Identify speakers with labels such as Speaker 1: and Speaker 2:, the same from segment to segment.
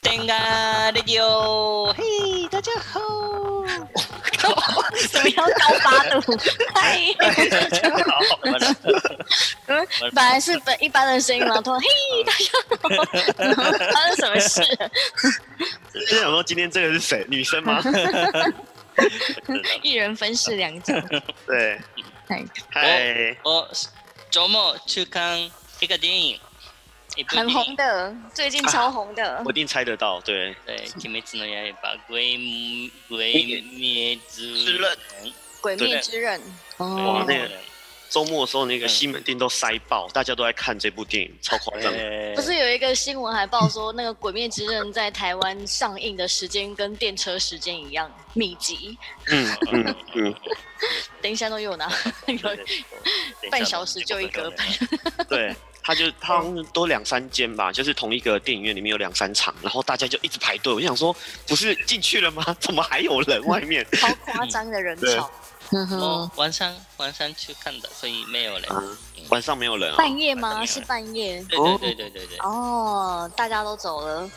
Speaker 1: 天啊，レディオ，嘿，大家好。
Speaker 2: 怎么样高八度？嗨，
Speaker 3: 哎
Speaker 2: 本来是本一般的声音嘛，突然嘿，
Speaker 3: 嗯
Speaker 2: 大家好，发生什么事？
Speaker 3: 就想说今天这个是谁？女生吗？
Speaker 2: 一人分饰两角。
Speaker 3: 对，
Speaker 2: 嗨，
Speaker 3: 嗨，
Speaker 1: 我周末去看一个电影，一部
Speaker 2: 很
Speaker 1: 电
Speaker 2: 红
Speaker 1: 影，
Speaker 2: 的，最近超红的
Speaker 3: 啊我。一定猜得到。对，
Speaker 1: 对，《鬼灭の刃》鬼鬼灭之
Speaker 3: 之刃
Speaker 1: 刃，
Speaker 2: 鬼灭之刃》
Speaker 3: 哇
Speaker 2: 哦，
Speaker 3: 那个周末的时候那个西门町都塞爆，大家都在看这部电影，超夸张。
Speaker 1: 对
Speaker 2: 不是有一个新闻还报说，那个《鬼灭之刃》在台湾上映的时间跟电车时间一样密集，
Speaker 3: 嗯嗯嗯，
Speaker 2: 等一下都有拿， 有半小时就一个
Speaker 1: 版。
Speaker 3: 对。他就他好像都两三间吧，就是同一个电影院里面有两三场，然后大家就一直排队。我就想说，不是进去了吗？怎么还有人外面？
Speaker 2: 超夸张的人潮。嗯呵
Speaker 1: 我
Speaker 3: 哦
Speaker 2: 呵，
Speaker 1: 晚上晚上去看的，所以没有人。
Speaker 3: 啊晚上没有人啊、
Speaker 2: 半夜吗？
Speaker 1: 晚上没有人
Speaker 2: 是半夜。
Speaker 1: 对对对对对对，
Speaker 2: 哦，大家都走了，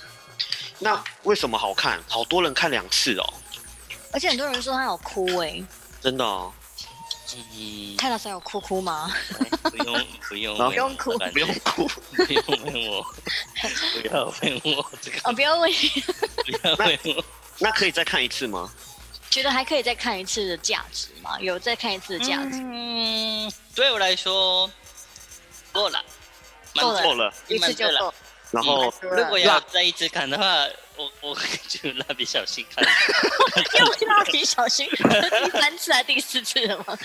Speaker 3: 那为什么好看？好多人看两次哦，
Speaker 2: 而且很多人说他有哭哎、
Speaker 3: 真的哦，
Speaker 1: 嗯，
Speaker 2: 泰大算有哭哭吗？
Speaker 1: 不用不用
Speaker 3: 啊
Speaker 1: 问我
Speaker 2: 不用哭
Speaker 1: 感觉
Speaker 3: 不用哭。
Speaker 1: 不用问我，不要问我这个，
Speaker 2: 哦，不要问，
Speaker 1: 不要问我。
Speaker 3: 那可以再看一次吗？
Speaker 2: 觉得还可以再看一次的价值吗？有再看一次的价值？
Speaker 1: 嗯，对我来说够了，
Speaker 2: 够了
Speaker 3: 错了，
Speaker 2: 一次就够。
Speaker 3: 然后
Speaker 1: 如
Speaker 2: 如
Speaker 1: 果要再一直看的话，我我就蜡笔小新看。
Speaker 2: 又是蜡笔小新，第三次还是第四次了吗？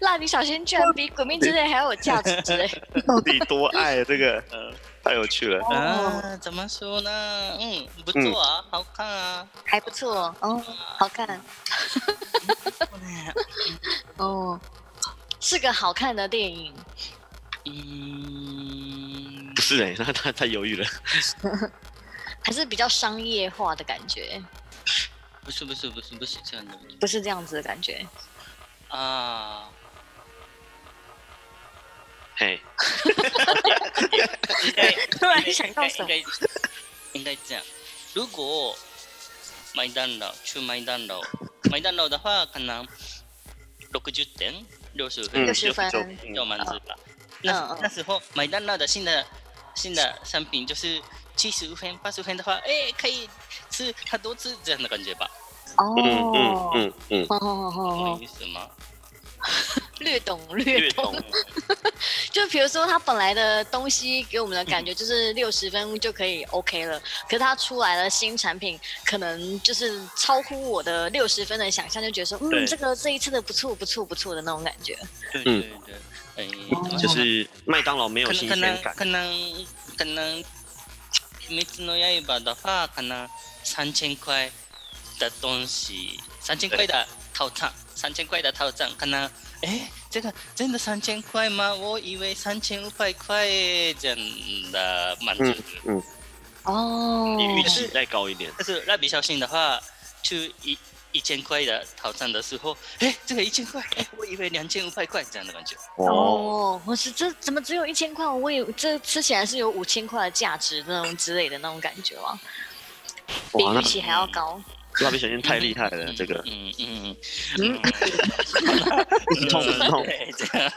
Speaker 2: 蜡笔小新居然比《鬼灭之刃》还要有价值之类。
Speaker 3: 到底多爱这 个？呃
Speaker 1: 嗯
Speaker 3: 太有趣了。
Speaker 2: 哦，
Speaker 1: 啊，怎么说呢？嗯，不错啊，好看啊。
Speaker 2: 还不错哦，好看哦，是个好看的电影。
Speaker 1: 嗯
Speaker 3: 不，是哎、那 他太犹豫了。
Speaker 2: 还是比较商业化的感觉，
Speaker 1: 不是不是不是不是这样的
Speaker 2: 不是这样子的感觉。
Speaker 1: 啊。
Speaker 3: 嘿，
Speaker 1: 应该
Speaker 2: 突然想到什
Speaker 1: 应
Speaker 2: 么？
Speaker 1: 该应该应该这样。如果麦当劳去麦当劳，麦当劳的话可能六十点六十分
Speaker 3: 嗯
Speaker 2: 60分
Speaker 3: 就
Speaker 1: 就
Speaker 3: 嗯
Speaker 1: 满足了。那
Speaker 2: 嗯
Speaker 1: 那时候麦当劳的新的新的商品就是七十五分八十分的话，哎，可以吃很多次这样的感觉吧？
Speaker 3: 嗯嗯
Speaker 2: 哦，
Speaker 3: 嗯嗯，
Speaker 2: 哦哦哦，
Speaker 1: 懂意思吗？
Speaker 2: 略懂略
Speaker 3: 略
Speaker 2: 懂。
Speaker 3: 懂
Speaker 2: 就比如说，他本来的东西给我们的感觉就是六十分就可以 OK 了，可是他出来了新产品，可能就是超乎我的六十分的想象，就觉得说，嗯，
Speaker 3: 对
Speaker 2: 这个这一次的不错不错不错的那种感觉。
Speaker 1: 对
Speaker 3: 嗯
Speaker 1: 对对，哎，怎么说呢
Speaker 3: 就是麦当劳没有
Speaker 1: 可
Speaker 3: 新
Speaker 1: 能可
Speaker 3: 鲜
Speaker 1: 能
Speaker 3: 感。
Speaker 1: 可能可能鬼滅の刃的话，可能三千块的东西，三千块的套餐，三千块的套餐，可能哎，这个真的三千块吗？我以为三千五百块这样的满足。
Speaker 3: 嗯，
Speaker 2: 哦
Speaker 3: 你预期再高一点。
Speaker 1: 但是蜡笔小新的话，去一一千块的套餐的时候，哎，这个一千块，哎，我以为两千五百块这样的感觉。
Speaker 3: 哦，
Speaker 2: 哦，我是这怎么只有一千块？我以为这吃起来是有五千块的价值那种之类的那种感觉啊，比
Speaker 3: 哇，
Speaker 2: 预
Speaker 3: 那
Speaker 2: 期还要高。
Speaker 3: 蜡笔小新太厉害了，这个
Speaker 1: 嗯嗯
Speaker 2: 嗯
Speaker 1: 嗯，
Speaker 3: 痛不 痛？
Speaker 1: 对，这样。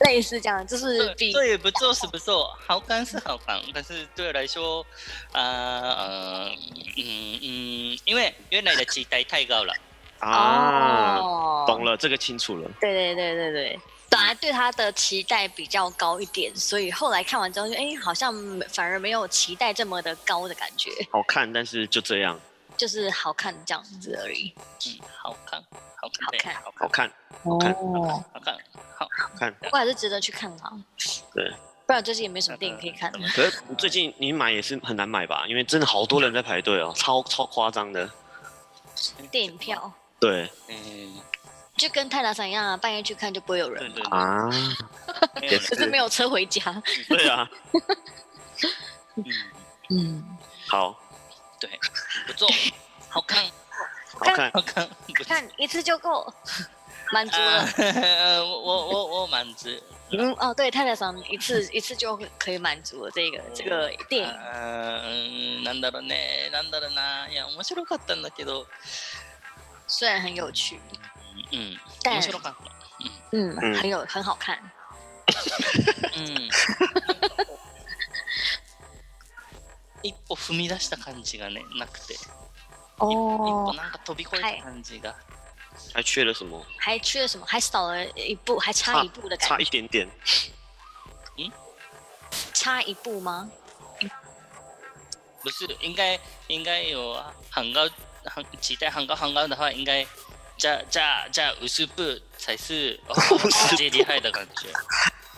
Speaker 2: 类似这样，就是比
Speaker 1: 这也不错，是不错，好看是好看，但是对我来说，啊、呃，嗯嗯，因为原来的期待太高了，
Speaker 3: 啊，
Speaker 2: 哦
Speaker 3: 懂了，这个清楚了。
Speaker 2: 对对对对对，本来对他的期待比较高一点，所以后来看完之后就，哎，好像反而没有期待这么的高的感觉，
Speaker 3: 好看，但是就这样，
Speaker 2: 就是好看这样子而已。
Speaker 1: 嗯，好看，好看，
Speaker 2: 好
Speaker 1: 对
Speaker 2: 看
Speaker 1: 好
Speaker 3: 好
Speaker 1: 看，
Speaker 3: 看，看
Speaker 2: 哦，
Speaker 1: 好看，好
Speaker 3: 好看。
Speaker 2: 不过还是值得去看啊。
Speaker 3: 对，
Speaker 2: 不然最近也没什么电影可以看。
Speaker 1: 怎么
Speaker 3: 可是最近你买也是很难买吧？因为真的好多人在排队哦，超超夸张的。
Speaker 2: 电影，票
Speaker 3: 对
Speaker 1: 嗯，
Speaker 2: 就跟泰达山一样啊，半夜去看就不会有人
Speaker 1: 对
Speaker 2: 嘛。
Speaker 1: 对对，没
Speaker 3: 啊，
Speaker 1: 有
Speaker 3: 也
Speaker 1: 人
Speaker 2: 可是没有车回家。
Speaker 3: 对啊，
Speaker 1: 嗯，
Speaker 2: 嗯，
Speaker 3: 好，
Speaker 1: 对，不错，好看，
Speaker 3: 好看，
Speaker 1: 好看，不错
Speaker 2: 看一次就够，满足 了。
Speaker 1: 啊我我我我满足，
Speaker 3: 嗯，
Speaker 2: 哦，对，太太桑一次一次就可以满足了这个这个电
Speaker 1: 啊
Speaker 2: 影。
Speaker 1: あーうんなんだろうねなんだろうないや面白かったんだけど
Speaker 2: 虽然很有趣，
Speaker 1: うん
Speaker 2: 但
Speaker 1: 面白かった
Speaker 2: 嗯，
Speaker 3: 嗯
Speaker 2: 很有很好看。
Speaker 1: うん、一歩踏み出した感じがねなくて、一歩
Speaker 2: 哦，
Speaker 1: なんか飛び越えた感じが、
Speaker 3: 还缺了什么？
Speaker 2: 还缺了什么？还少了一步，还差一步的感
Speaker 3: 差
Speaker 2: 觉，
Speaker 3: 一点点，
Speaker 2: 差一步吗？
Speaker 1: 不是应该应该有很高很期待很高很高的话，应该じゃじゃじゃ薄く才是哦直接厉害的感觉。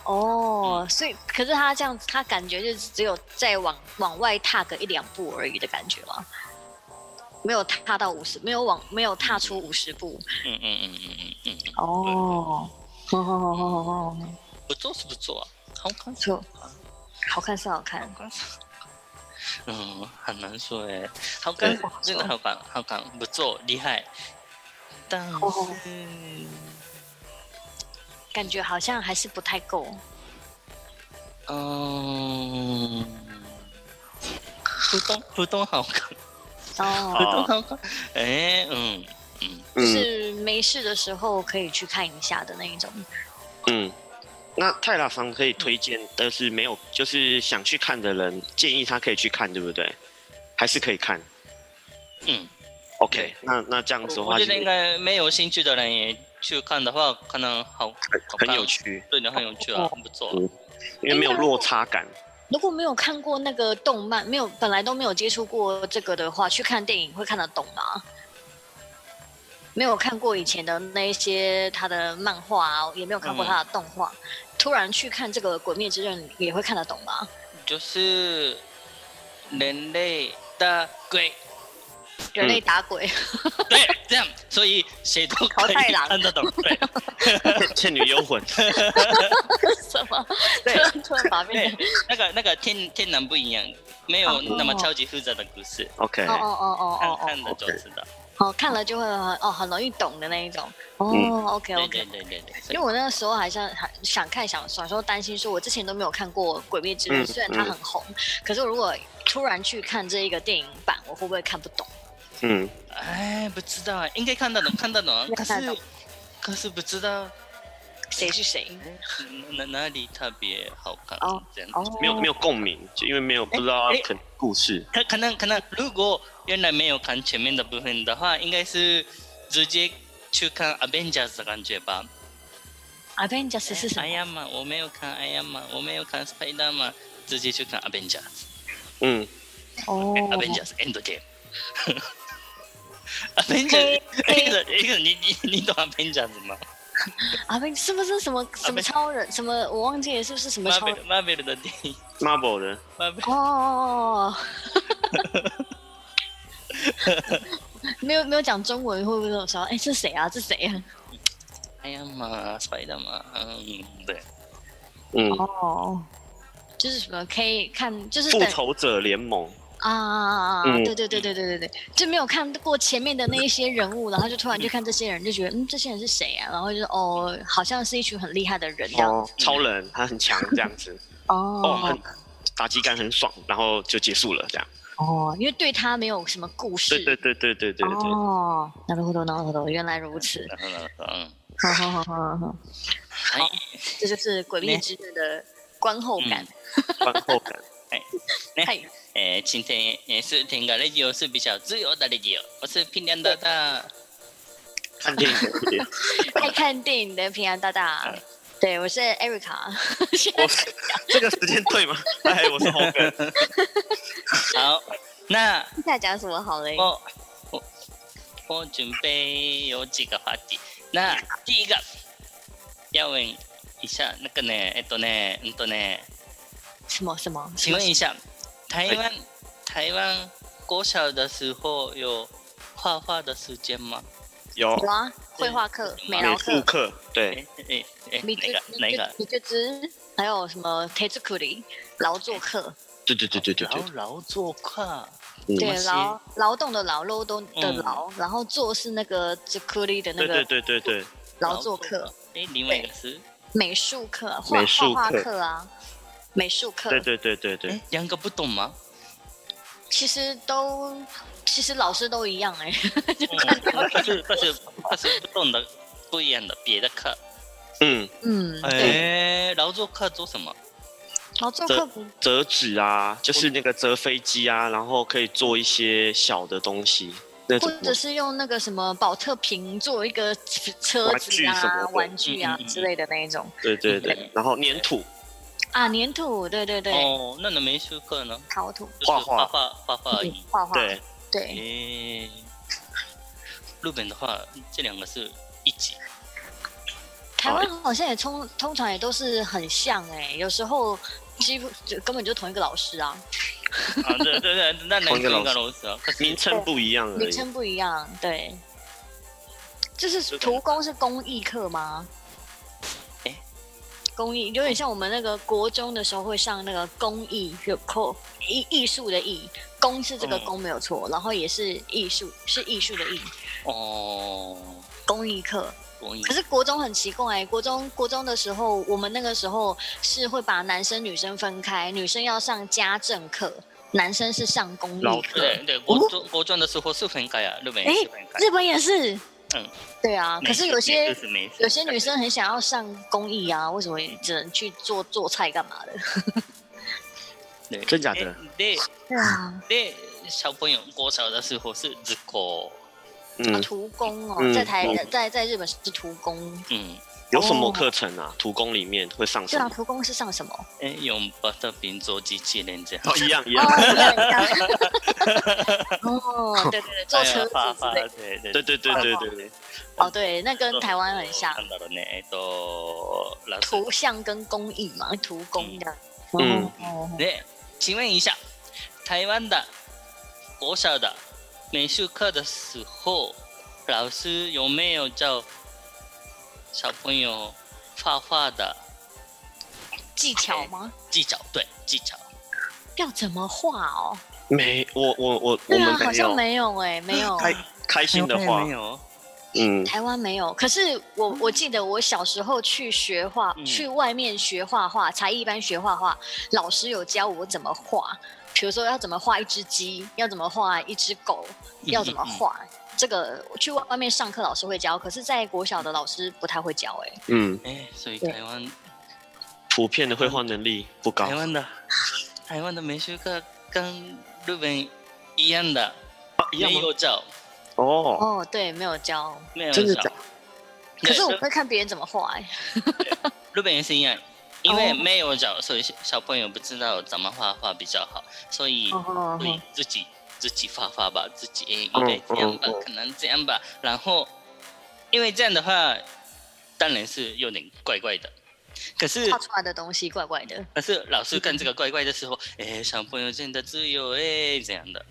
Speaker 2: 哦，所以可是他这样子，他感觉就是只有再往往外踏个一两步而已的感觉吗？没有踏到五十，没有往没有踏出五十步。
Speaker 1: 嗯嗯嗯嗯嗯嗯嗯，
Speaker 2: 哦，哦哦哦哦哦，
Speaker 1: 不错是不错啊，好看是
Speaker 2: 错，好看是好看
Speaker 1: 好。看是。嗯，很难说哎、好看
Speaker 2: 对
Speaker 1: 真的好看，好看不错，厉害。但是、
Speaker 2: 哦感觉好像还是不太够。
Speaker 1: 嗯，普通普通好看，普
Speaker 2: 哦，
Speaker 1: 通好看。哎、嗯嗯，
Speaker 3: 嗯
Speaker 2: 是没事的时候可以去看一下的那一种。
Speaker 3: 嗯。那泰拉桑可以推荐，但是没有，就是想去看的人，建议他可以去看，对不对？还是可以看
Speaker 1: 嗯，
Speaker 3: ？OK，那那这样子的
Speaker 1: 我
Speaker 3: 话
Speaker 1: 觉
Speaker 3: 就
Speaker 1: 得应
Speaker 3: 是
Speaker 1: 该没有兴趣的人也去看的话，可能好好
Speaker 3: 很
Speaker 1: 看
Speaker 3: 有，趣，
Speaker 1: 对的，很有趣啊，
Speaker 2: 哦
Speaker 1: 很不错。
Speaker 3: 因为没有落差感。
Speaker 2: 如果没有看过那个动漫，没有本来都没有接触过这个的话，去看电影会看得懂吗？没有看过以前的那一些他的漫画啊，也没有看
Speaker 1: 嗯
Speaker 2: 过他的动画，突然去看这个《鬼灭之刃》也会看得懂吗？
Speaker 1: 嗯就是人类的鬼，
Speaker 2: 人类打鬼，
Speaker 1: 对，这样，所以谁都可以
Speaker 2: 桃太郎
Speaker 1: 看得懂。对，
Speaker 2: 哎
Speaker 3: 倩女幽 魂，
Speaker 2: 什么？
Speaker 1: 对
Speaker 2: 突然突然把变
Speaker 1: 对
Speaker 2: 成，
Speaker 1: 那个那个天天然不一样，没有那么超级复杂的故事，
Speaker 3: OK，
Speaker 2: 哦哦哦哦
Speaker 1: 看
Speaker 2: 哦哦
Speaker 1: 看的就知道。
Speaker 2: 哦，看了就会很哦很容易懂的那一种。哦、
Speaker 3: 嗯
Speaker 2: o k
Speaker 1: 对
Speaker 2: OK，
Speaker 1: 对对对对，所以
Speaker 2: 因为我那个时候还像还想看想小时候担心说，我之前都没有看过《鬼灭之刃》，
Speaker 3: 嗯
Speaker 2: 虽然它很红，可是我如果突然去看这一个电影版，我会不会看不懂？
Speaker 3: 嗯，
Speaker 1: 哎，不知道啊，应该看得懂，看得懂啊
Speaker 2: 应，该
Speaker 1: 可
Speaker 2: 看得
Speaker 1: 是
Speaker 2: 懂
Speaker 1: 可是不知道
Speaker 2: 谁是谁？
Speaker 1: 哪哪里特别好看
Speaker 2: 哦，
Speaker 1: 这样子。
Speaker 2: 哦，
Speaker 3: 没有没有共鸣，就因为没有不知道可能故事。
Speaker 1: 可可能可能，如果原来没有看前面的部分的话，应该是直接去看 Avengers 的感觉吧。
Speaker 2: Avengers 是什
Speaker 1: 哎
Speaker 2: 么？
Speaker 1: 呀妈，我没有看哎呀妈，我没有看 Spiderman，直接去看 Avengers。
Speaker 3: 嗯，
Speaker 2: 哦
Speaker 1: Avengers End Game。Avengers，那个那个，你你你懂 Avengers 吗
Speaker 2: ，Aven 是不是什么什么
Speaker 1: Aven-
Speaker 2: 超人？什么我忘记了是不是什么超人？
Speaker 1: ？Marvel Marvel 的电影
Speaker 3: Marvel 的，
Speaker 1: ，Marvel
Speaker 2: 哦哦哦哦，哦 没有没有讲中文会不会有说，哎，是谁啊？是谁啊？
Speaker 1: 哎呀妈，Spiderman，嗯，对，
Speaker 3: 嗯，
Speaker 2: 哦，就是什么可以看，就是
Speaker 3: 复
Speaker 2: 等
Speaker 3: 仇者联盟，
Speaker 2: 啊，
Speaker 3: 嗯
Speaker 2: 对对对对对对对，就没有看过前面的那一些人物，然后就突然就看这些人，就觉得嗯，这些人是谁啊？然后就哦，好像是一群很厉害的人这样。
Speaker 3: 哦，超人他很强这样子，哦，
Speaker 2: 哦
Speaker 3: 很打击感很爽，然后就结束了这样。
Speaker 2: 哦，因为对他没有什么故事
Speaker 3: 对。对对对对对对，
Speaker 2: 哦，なるほどなるほど，原来如此。
Speaker 1: 然后呢，嗯，
Speaker 2: 好好好好好，
Speaker 1: はい。
Speaker 2: 这就是《鬼灭之刃》的观后感。
Speaker 3: 观后感。
Speaker 1: 嗯
Speaker 2: 太
Speaker 1: えー、今天也是天がレジオ是比较自由的レジオ，我是平凉的大。
Speaker 3: 看电影的点，
Speaker 2: 爱看电影的平安大大
Speaker 1: 嗯，
Speaker 2: 对我是 Erica，现在
Speaker 3: 我这个时间对吗？哎，我是红哥，
Speaker 1: 好，那
Speaker 2: 现在讲什么好嘞？
Speaker 1: 我我我准备有几个话题。那第一个要问一下那个呢，えっとね、うんとね，
Speaker 2: 什么什么？
Speaker 1: 请问一下，台湾台湾国小的时候有画画的时间吗？
Speaker 3: 有
Speaker 2: 有啊，绘画课、美劳
Speaker 3: 美
Speaker 2: 课
Speaker 3: 术。课，对，
Speaker 1: 哎哎哎，
Speaker 2: 米
Speaker 1: 哪
Speaker 2: 就
Speaker 1: 个哪个？
Speaker 2: 米就知，还有什么 t e z u k u r i 劳作课，
Speaker 3: 对对对对对对
Speaker 1: 劳，劳作课。
Speaker 2: 对
Speaker 1: 么是
Speaker 2: 劳劳动的劳，劳动的
Speaker 1: 嗯
Speaker 2: 劳，然后做是那个 z u k u r i 的那
Speaker 3: 对对
Speaker 2: 个
Speaker 3: 对对对，
Speaker 2: 劳作课，
Speaker 1: 哎，另外一个是
Speaker 2: 美术课、画
Speaker 3: 美术
Speaker 2: 画画
Speaker 3: 课
Speaker 2: 课啊，美术课，
Speaker 3: 对对对对对，
Speaker 1: 哎，两个不懂吗？
Speaker 2: 其实都其实老师都一样哎、
Speaker 1: 嗯，但是但是但是不懂的不一样的别的课。
Speaker 3: 嗯，
Speaker 2: 嗯，对，
Speaker 1: 哎，劳作课做什么？
Speaker 2: 劳作
Speaker 3: 这
Speaker 2: 课不
Speaker 3: 折纸啊，就是那个折飞机啊，然后可以做一些小的东西，那
Speaker 2: 或
Speaker 3: 种
Speaker 2: 者是用那个什么保特瓶做一个车
Speaker 3: 玩
Speaker 2: 子
Speaker 3: 具什么
Speaker 2: 啊、
Speaker 3: 的
Speaker 2: 玩具啊
Speaker 1: 嗯嗯嗯
Speaker 2: 之类的那一种
Speaker 3: 对对对
Speaker 1: 嗯，
Speaker 3: 然后粘土，
Speaker 2: 啊，粘土，对对对，
Speaker 1: 哦，那你美术课呢？
Speaker 2: 陶土，
Speaker 1: 就是
Speaker 3: 画
Speaker 1: 画
Speaker 3: 画
Speaker 1: 画画画而已
Speaker 2: 嗯。画画，
Speaker 3: 呃对，
Speaker 2: 对，
Speaker 1: 诶，日本的话，这两个是一起。
Speaker 2: 台湾好像也通通常也都是很像哎、有时候几乎就根本就同一个老师啊，
Speaker 1: 啊，对对对，那能
Speaker 3: 同一个
Speaker 1: 跟
Speaker 3: 老
Speaker 1: 个
Speaker 3: 师
Speaker 1: 老师啊？可
Speaker 3: 名
Speaker 1: 是
Speaker 3: 称不一样而
Speaker 2: 名
Speaker 3: 已。
Speaker 2: 称不一样，对。就是
Speaker 3: 对
Speaker 2: 徒工是工艺课吗？
Speaker 1: 诶
Speaker 2: 工艺有点像我们那个国中的时候会上那个工艺，有扣艺艺术的艺，工是这个
Speaker 1: 嗯
Speaker 2: 工没有错，然后也是艺术，是艺术的艺，
Speaker 1: 哦，
Speaker 2: 工艺课。
Speaker 1: 我以
Speaker 2: 可是国中很奇怪、欸国中国中的时候，我们那个时候是会把男生女生分开，女生要上家政课，男生是上公
Speaker 3: 老
Speaker 2: 益课。
Speaker 1: 对对，国中国中的时候是分开啊，日本也是分开。
Speaker 2: 日本也是，
Speaker 1: 嗯，
Speaker 2: 对啊。哎可是有
Speaker 3: 嗯
Speaker 2: 些
Speaker 1: 就是没事
Speaker 2: 有些女生很想要上公益啊，为什么只能去做做菜干嘛的？
Speaker 1: 对
Speaker 3: 真假的
Speaker 1: 诶对
Speaker 2: 对啊，
Speaker 1: 对，小朋友国小的时候是日国，
Speaker 2: 啊
Speaker 3: 嗯，
Speaker 2: 徒工哦，
Speaker 3: 嗯
Speaker 2: 在台
Speaker 3: 嗯
Speaker 2: 在在日本是徒工。
Speaker 1: 嗯，
Speaker 3: 有什么课程啊？土工里面会上
Speaker 2: 对
Speaker 3: 什
Speaker 2: 啊，
Speaker 3: 么？
Speaker 2: 徒工是上什么？
Speaker 1: 诶，哎用把特饼做机器人这样。
Speaker 3: 哦，一样一
Speaker 2: 哦
Speaker 3: 样，
Speaker 2: 一样一 样哦，对对对，坐车
Speaker 1: 哎发
Speaker 2: 子之
Speaker 1: 发
Speaker 2: 类的。
Speaker 1: 对对
Speaker 3: 对对对对对对，
Speaker 2: 哦，对，那跟台湾很像。
Speaker 1: なんだろうね、えっと、ラス
Speaker 2: 图像跟工艺嘛，图工的。
Speaker 3: 嗯
Speaker 2: 哦，
Speaker 1: で、请问一下、台湾的国小的美术课的时候，老师有没有教小朋友画画的
Speaker 2: 技巧吗？
Speaker 1: 技巧？对，技巧。
Speaker 2: 要怎么画哦？
Speaker 3: 没，我我我我
Speaker 2: 对啊，
Speaker 3: 们
Speaker 2: 好
Speaker 3: 没
Speaker 2: 像
Speaker 3: 有
Speaker 2: 没有哎，没有。
Speaker 3: 开开心的话
Speaker 1: 没，有。
Speaker 3: 嗯，
Speaker 2: 台湾没有，可是我我记得我小时候去学画，
Speaker 1: 嗯
Speaker 2: 去外面学画画，才艺班学画画，老师有教我怎么画，比如说要怎么画一只鸡，要怎么画一只狗，要怎么画，这个我去外面上课老师会教，可是，在国小的老师不太会教哎、
Speaker 3: 嗯，
Speaker 1: 哎、所以台湾
Speaker 3: 普遍的绘画能力不高
Speaker 1: 台。湾的台湾的美术课跟日本一样的，
Speaker 3: 一样
Speaker 1: 没
Speaker 3: 吗
Speaker 1: 有教，
Speaker 3: 哦，
Speaker 2: 哦，对，没有教，
Speaker 1: 没有
Speaker 3: 真的
Speaker 1: 教
Speaker 3: 假。
Speaker 2: 可是
Speaker 1: 对
Speaker 2: 我会看别人怎么画哎、
Speaker 1: 日本也是一样，因为没有教，所以小朋友不知道怎么画画比较好，所以
Speaker 2: 哦
Speaker 1: 所
Speaker 3: 嗯
Speaker 1: 以自己自己画画吧，自己诶应该这样吧
Speaker 3: 嗯嗯嗯，
Speaker 1: 可能这样吧。然后因为这样的话，当然是有点怪怪的。可是
Speaker 2: 画出来的东西怪怪的，
Speaker 1: 可是老师看这个怪怪的时候，诶，小朋友真的自由诶这样的，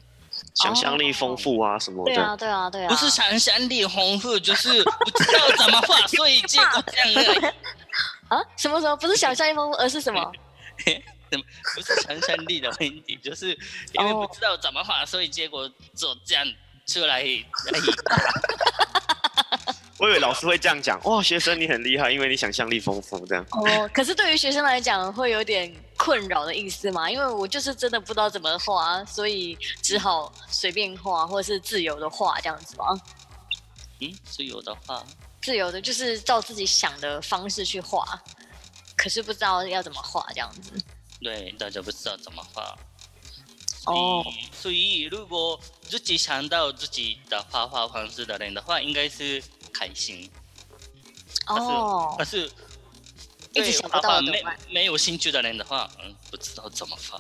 Speaker 3: 想象力丰富啊什么
Speaker 2: 对啊，
Speaker 3: 的，
Speaker 2: 对啊，对啊，
Speaker 1: 不是想象力丰富，就是不知道怎么画，所以结果这样而 已。
Speaker 2: 啊，什么时候不是想象力丰富，而是什么？
Speaker 1: 不是想象力的问题，就是因为不知道怎么画，所以结果就这样出来而已。
Speaker 3: 我以为老师会这样讲，哇，学生你很厉害，因为你想象力丰富这样。
Speaker 2: 哦，可是对于学生来讲会有点困扰的意思嘛，因为我就是真的不知道怎么画，所以只好随便画，或者是自由的画这样子嘛。
Speaker 1: 嗯，所以有的话，
Speaker 2: 自由的就是照自己想的方式去画，可是不知道要怎么画这样子。
Speaker 1: 对大家不知道怎么画。
Speaker 2: 哦
Speaker 1: 所以，所以如果自己想到自己的画画方式的人的话，应该是开心。但是，
Speaker 2: 哦
Speaker 1: 但，是
Speaker 2: 一直
Speaker 1: 对
Speaker 2: 想不
Speaker 1: 画
Speaker 2: 到
Speaker 1: 画
Speaker 2: 的怎么
Speaker 1: 没
Speaker 2: 办？
Speaker 1: 没有兴趣的人的话，嗯，不知道怎么画，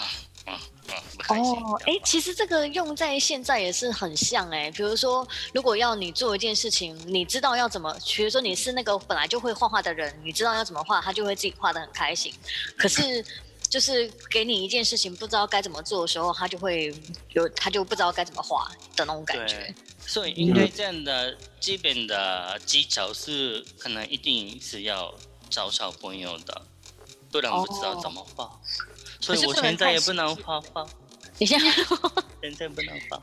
Speaker 1: 嗯嗯嗯，不开心。
Speaker 2: 哦，哎、其实这个用在现在也是很像哎、比如说，如果要你做一件事情，你知道要怎么，比如说你是那个本来就会画画的人，你知道要怎么画，他就会自己画的很开心。可是，就是给你一件事情不知道该怎么做的时候，他就会有，他就不知道该怎么画的那种感觉
Speaker 1: 对。所以应该这样的基本的技巧是可能一定是要找小朋
Speaker 2: 哦
Speaker 1: 友的，不然不知道怎么画。所以我现在也不能画画，
Speaker 2: 你现在
Speaker 1: 现在不能放。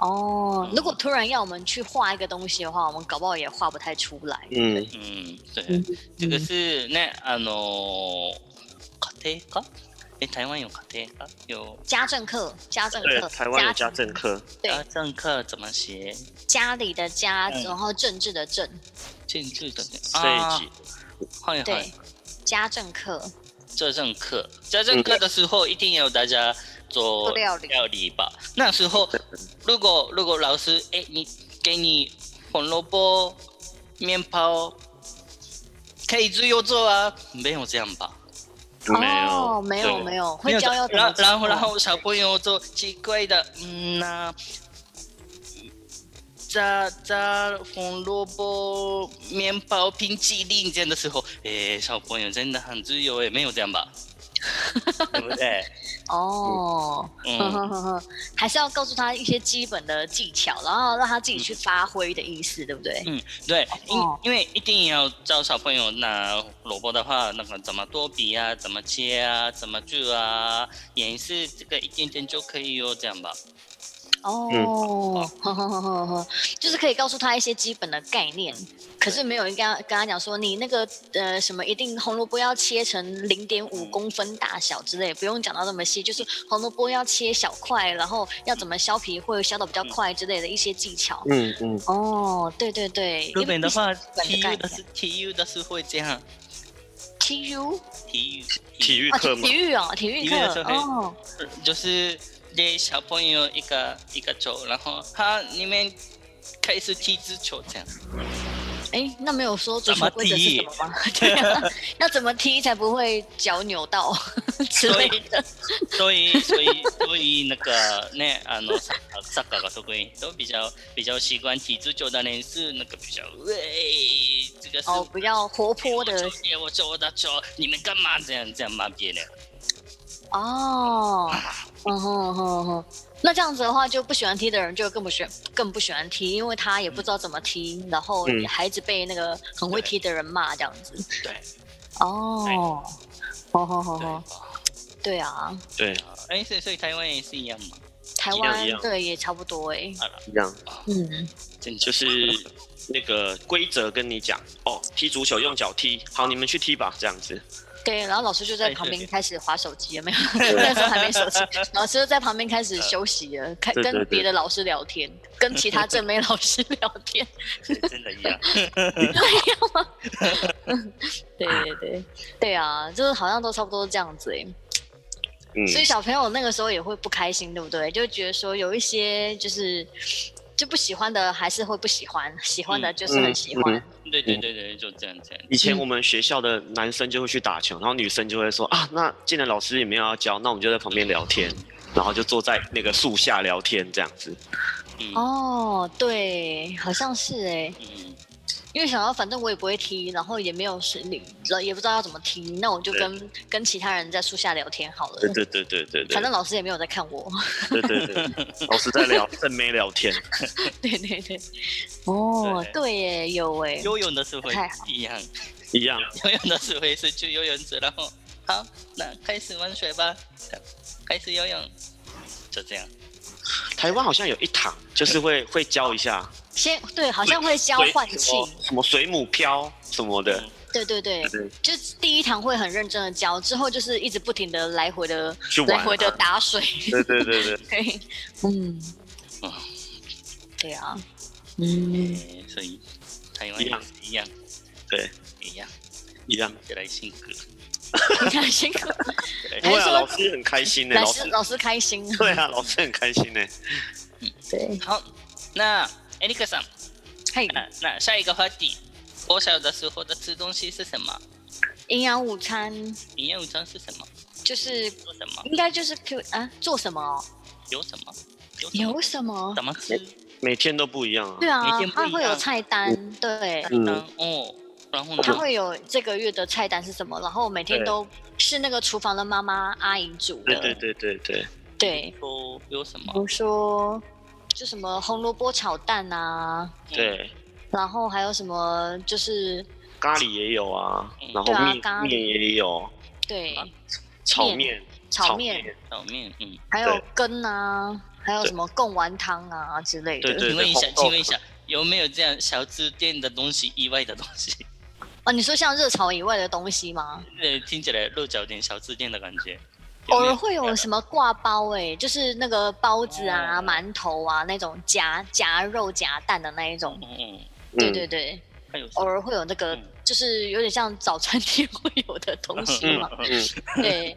Speaker 2: 哦，如果突然要我们去画一个东西的话，我们搞不好也画不太出来。
Speaker 3: 嗯，
Speaker 1: 嗯，对，
Speaker 2: 嗯
Speaker 1: 这个是ね、あのー家庭科？哎，台湾有家庭科？有
Speaker 2: 家政课，家政
Speaker 3: 对
Speaker 2: 课，，
Speaker 3: 台湾有家
Speaker 2: 庭
Speaker 3: 政课，嗯
Speaker 2: 对
Speaker 1: 家政课怎么写？
Speaker 2: 家里的家，
Speaker 1: 嗯
Speaker 2: 然后政治的政，
Speaker 1: 政治的
Speaker 3: 设计，
Speaker 1: はいは
Speaker 2: 对
Speaker 1: い。，
Speaker 2: 家政课，
Speaker 1: 家政课，家政课的时候一定要大家做
Speaker 2: 做料理
Speaker 1: 料理吧。那时候如果如果老师哎，你给你红萝卜、面包，可以自由做啊，没有这样吧？
Speaker 3: 没有，
Speaker 2: 哦，没有
Speaker 3: 对
Speaker 2: 没有，
Speaker 1: 没
Speaker 2: 会
Speaker 1: 有
Speaker 2: 教要怎
Speaker 1: 然后然后
Speaker 2: 么做
Speaker 1: 然后小朋友做奇怪的，嗯呐、炸炸红萝卜、面包、冰淇淋这样的时候，哎，小朋友真的很自由哎，没有这 样吧？对不对？
Speaker 2: 哦，呵
Speaker 1: 嗯，
Speaker 2: 呵呵呵， 还是要告诉他一些基本的技巧，然后让他自己去发挥的意思，对不
Speaker 1: 嗯
Speaker 2: 对？
Speaker 1: 对，因
Speaker 2: 哦
Speaker 1: 因为一定要教小朋友拿萝卜的话，那个怎么多比啊，怎么切啊，怎么做啊，演示这个一点点就可以哟，这样吧？
Speaker 2: 哦，呵呵呵呵
Speaker 3: 嗯
Speaker 2: 呵，就是可以告诉他一些基本的概念，可是没有人跟他跟他讲说你那个呃什么一定红萝卜要切成零点五公分大小之类，不用讲到那么细，就是红萝卜要切小块，然后要怎么削皮会削的比较
Speaker 1: 嗯
Speaker 2: 快之类的一些技巧。
Speaker 3: 嗯嗯，
Speaker 2: 哦，对对对，
Speaker 1: 日本的话
Speaker 2: 本的
Speaker 1: ，T
Speaker 2: 概
Speaker 1: U
Speaker 2: 念
Speaker 1: 的是 T U 的是会这样
Speaker 2: ，T U
Speaker 1: ，T U
Speaker 3: 体育
Speaker 2: 啊，
Speaker 3: 课嘛
Speaker 2: 体，育哦，体育
Speaker 1: 体育的时候
Speaker 2: 课
Speaker 1: 可以
Speaker 2: 哦，
Speaker 1: 就是给小朋友一个一个球，然后他里面开始踢足球 这样。
Speaker 2: 哎，那没有说足球规则是什么吗？
Speaker 1: 怎
Speaker 2: 对
Speaker 1: 么踢
Speaker 2: 啊，要怎么踢才不会脚扭到 之类的？
Speaker 1: 所以所以所以那个那あ のサッカーサッカーが得意，都比较比较习惯踢足球的人是那个比较喂，这个是
Speaker 2: 哦，比较活泼的
Speaker 1: 我球给我球我的球，你们干嘛这样这样骂别人？
Speaker 2: 哦，嗯哼哼哼。那这样子的话，就不喜欢踢的人就更不喜更不喜欢踢，因为他也不知道怎么踢，然后
Speaker 3: 嗯
Speaker 2: 孩子被那个很会踢的人骂这样子。
Speaker 1: 对，
Speaker 2: 哦，哦吼吼
Speaker 1: 对
Speaker 2: 吼，对啊，
Speaker 3: 对，
Speaker 1: 哎，所以所以台湾也是一样嘛，
Speaker 2: 台
Speaker 3: 一样一
Speaker 2: 湾
Speaker 3: 样
Speaker 2: 对也差不多哎、
Speaker 3: 一样，
Speaker 2: 嗯，
Speaker 1: 真的
Speaker 3: 就是那个规则跟你讲，哦，踢足球用脚踢，好，你们去踢吧，这样子，
Speaker 2: 对，然后老师就在
Speaker 1: 哎
Speaker 2: 旁
Speaker 1: 对
Speaker 2: 边开始划手机，有 没有？那时候还没手机，老师就在旁边开始休息了，开
Speaker 3: 嗯对对
Speaker 2: 跟
Speaker 3: 对
Speaker 2: 别的老师聊天，跟其他正妹老师聊天。
Speaker 1: 真的一样。
Speaker 2: 对对对，对啊，就是好像都差不多这样子哎、
Speaker 3: 嗯，
Speaker 2: 所以小朋友那个时候也会不开心，对不对？就觉得说有一些就是就不喜欢的还是会不喜欢，喜欢的就是很喜欢。
Speaker 3: 嗯
Speaker 1: 对对对对，就这样这样。
Speaker 3: 以前我们学校的男生就会去打球，然后女生就会说啊，那既然老师也没有要教，那我们就在旁边聊天，然后就坐在那个树下聊天这样子。
Speaker 1: 嗯
Speaker 2: 哦，对，好像是哎、
Speaker 1: 嗯，
Speaker 2: 因为想到反正我也不会踢，然后也没有实力，也不知道要怎么踢，那我就跟跟其他人在树下聊天好了
Speaker 3: 对。对对对对对，
Speaker 2: 反正老师也没有在看我，
Speaker 3: 对对对，老师在聊，正妹聊天。
Speaker 2: 对对对，哦，
Speaker 1: 对
Speaker 2: 对耶，有哎，
Speaker 1: 游泳的时候
Speaker 2: 太好
Speaker 1: 一样。
Speaker 3: 一样，
Speaker 1: 游泳的时候也是去游泳池，然后好，那开始玩水吧，这样开始游泳，就这样。
Speaker 3: 台湾好像有一堂，就是会会教一下
Speaker 2: 先对，好像会教
Speaker 3: 水
Speaker 2: 换气
Speaker 3: 什，么什么水母漂什么的，
Speaker 2: 对对对
Speaker 3: 对，对，
Speaker 2: 就第一堂会很认真的教，之后就是一直不停的来回的
Speaker 3: 去玩
Speaker 2: 来
Speaker 3: 啊
Speaker 2: 回的打水，
Speaker 3: 对对对对，
Speaker 2: 对， 嗯
Speaker 1: 啊，
Speaker 2: 对啊，嗯，
Speaker 1: 嗯，所以台湾也是一样，
Speaker 3: 对，
Speaker 1: 一样，
Speaker 3: 一样。
Speaker 1: 越来辛苦。
Speaker 2: 你看辛苦，
Speaker 3: 不会啊，老师很开心呢、
Speaker 2: 老
Speaker 3: 老
Speaker 2: 师
Speaker 3: 师
Speaker 2: 老师开心，
Speaker 3: 对啊，老师很开心呢、
Speaker 2: 对，
Speaker 1: 好，那艾利克さん，
Speaker 2: 嘿，
Speaker 1: 那那下一个话题，我小的时候的吃东西是什么？
Speaker 2: 营养午餐
Speaker 1: 营养午餐是什么？
Speaker 2: 就是
Speaker 1: 做什么？
Speaker 2: 应该就是 Q 啊，做什么哦？
Speaker 1: 有什么？有什
Speaker 2: 有
Speaker 1: 么？
Speaker 2: 什么？
Speaker 1: 怎么吃？
Speaker 3: 每天都不一样啊。
Speaker 2: 对啊
Speaker 1: 每天，不一
Speaker 2: 它
Speaker 1: 样
Speaker 2: 会有菜单，对，
Speaker 3: 嗯
Speaker 1: 嗯哦，然后
Speaker 2: 它
Speaker 1: 呢？
Speaker 2: 会有这个月的菜单是什么，然后每天
Speaker 3: 对
Speaker 2: 都是那个厨房的妈妈阿姨煮
Speaker 3: 对
Speaker 2: 的，
Speaker 3: 对对对对，
Speaker 2: 对
Speaker 1: 说有什
Speaker 2: 比
Speaker 1: 么？
Speaker 2: 如说就什么红萝卜炒蛋啊，
Speaker 1: 嗯
Speaker 3: 对，
Speaker 2: 然后还有什么就是
Speaker 3: 咖喱也有啊
Speaker 1: 嗯，
Speaker 3: 然后
Speaker 2: 对啊
Speaker 3: 面
Speaker 2: 咖喱
Speaker 3: 面也有，
Speaker 2: 对
Speaker 1: 啊
Speaker 3: 炒面、
Speaker 2: 炒面，
Speaker 1: 炒面，嗯，
Speaker 2: 还有
Speaker 3: 对
Speaker 2: 羹啊，还有
Speaker 3: 对
Speaker 2: 什么贡丸汤啊之类
Speaker 3: 对
Speaker 2: 的。
Speaker 1: 请问一下，
Speaker 3: 红豆
Speaker 1: 请问一下，有没有这样小吃店的东 西以外的东西？
Speaker 2: 哦，你说像热炒以外的东西吗？
Speaker 1: 呃，听起来落脚点小吃店的感觉。
Speaker 2: 偶尔
Speaker 1: 有
Speaker 2: 会有什么挂包哎、就是那个包子啊、
Speaker 1: 哦
Speaker 2: 馒头啊那种夹夹肉夹蛋的那一种。
Speaker 1: 没有？嗯，
Speaker 2: 对
Speaker 3: 嗯
Speaker 2: 对对，
Speaker 1: 还有什
Speaker 2: 偶
Speaker 1: 么
Speaker 2: 尔会有那个，
Speaker 1: 嗯
Speaker 2: 就是有点像早餐店会有的 东西嘛。
Speaker 3: 嗯，
Speaker 2: 对，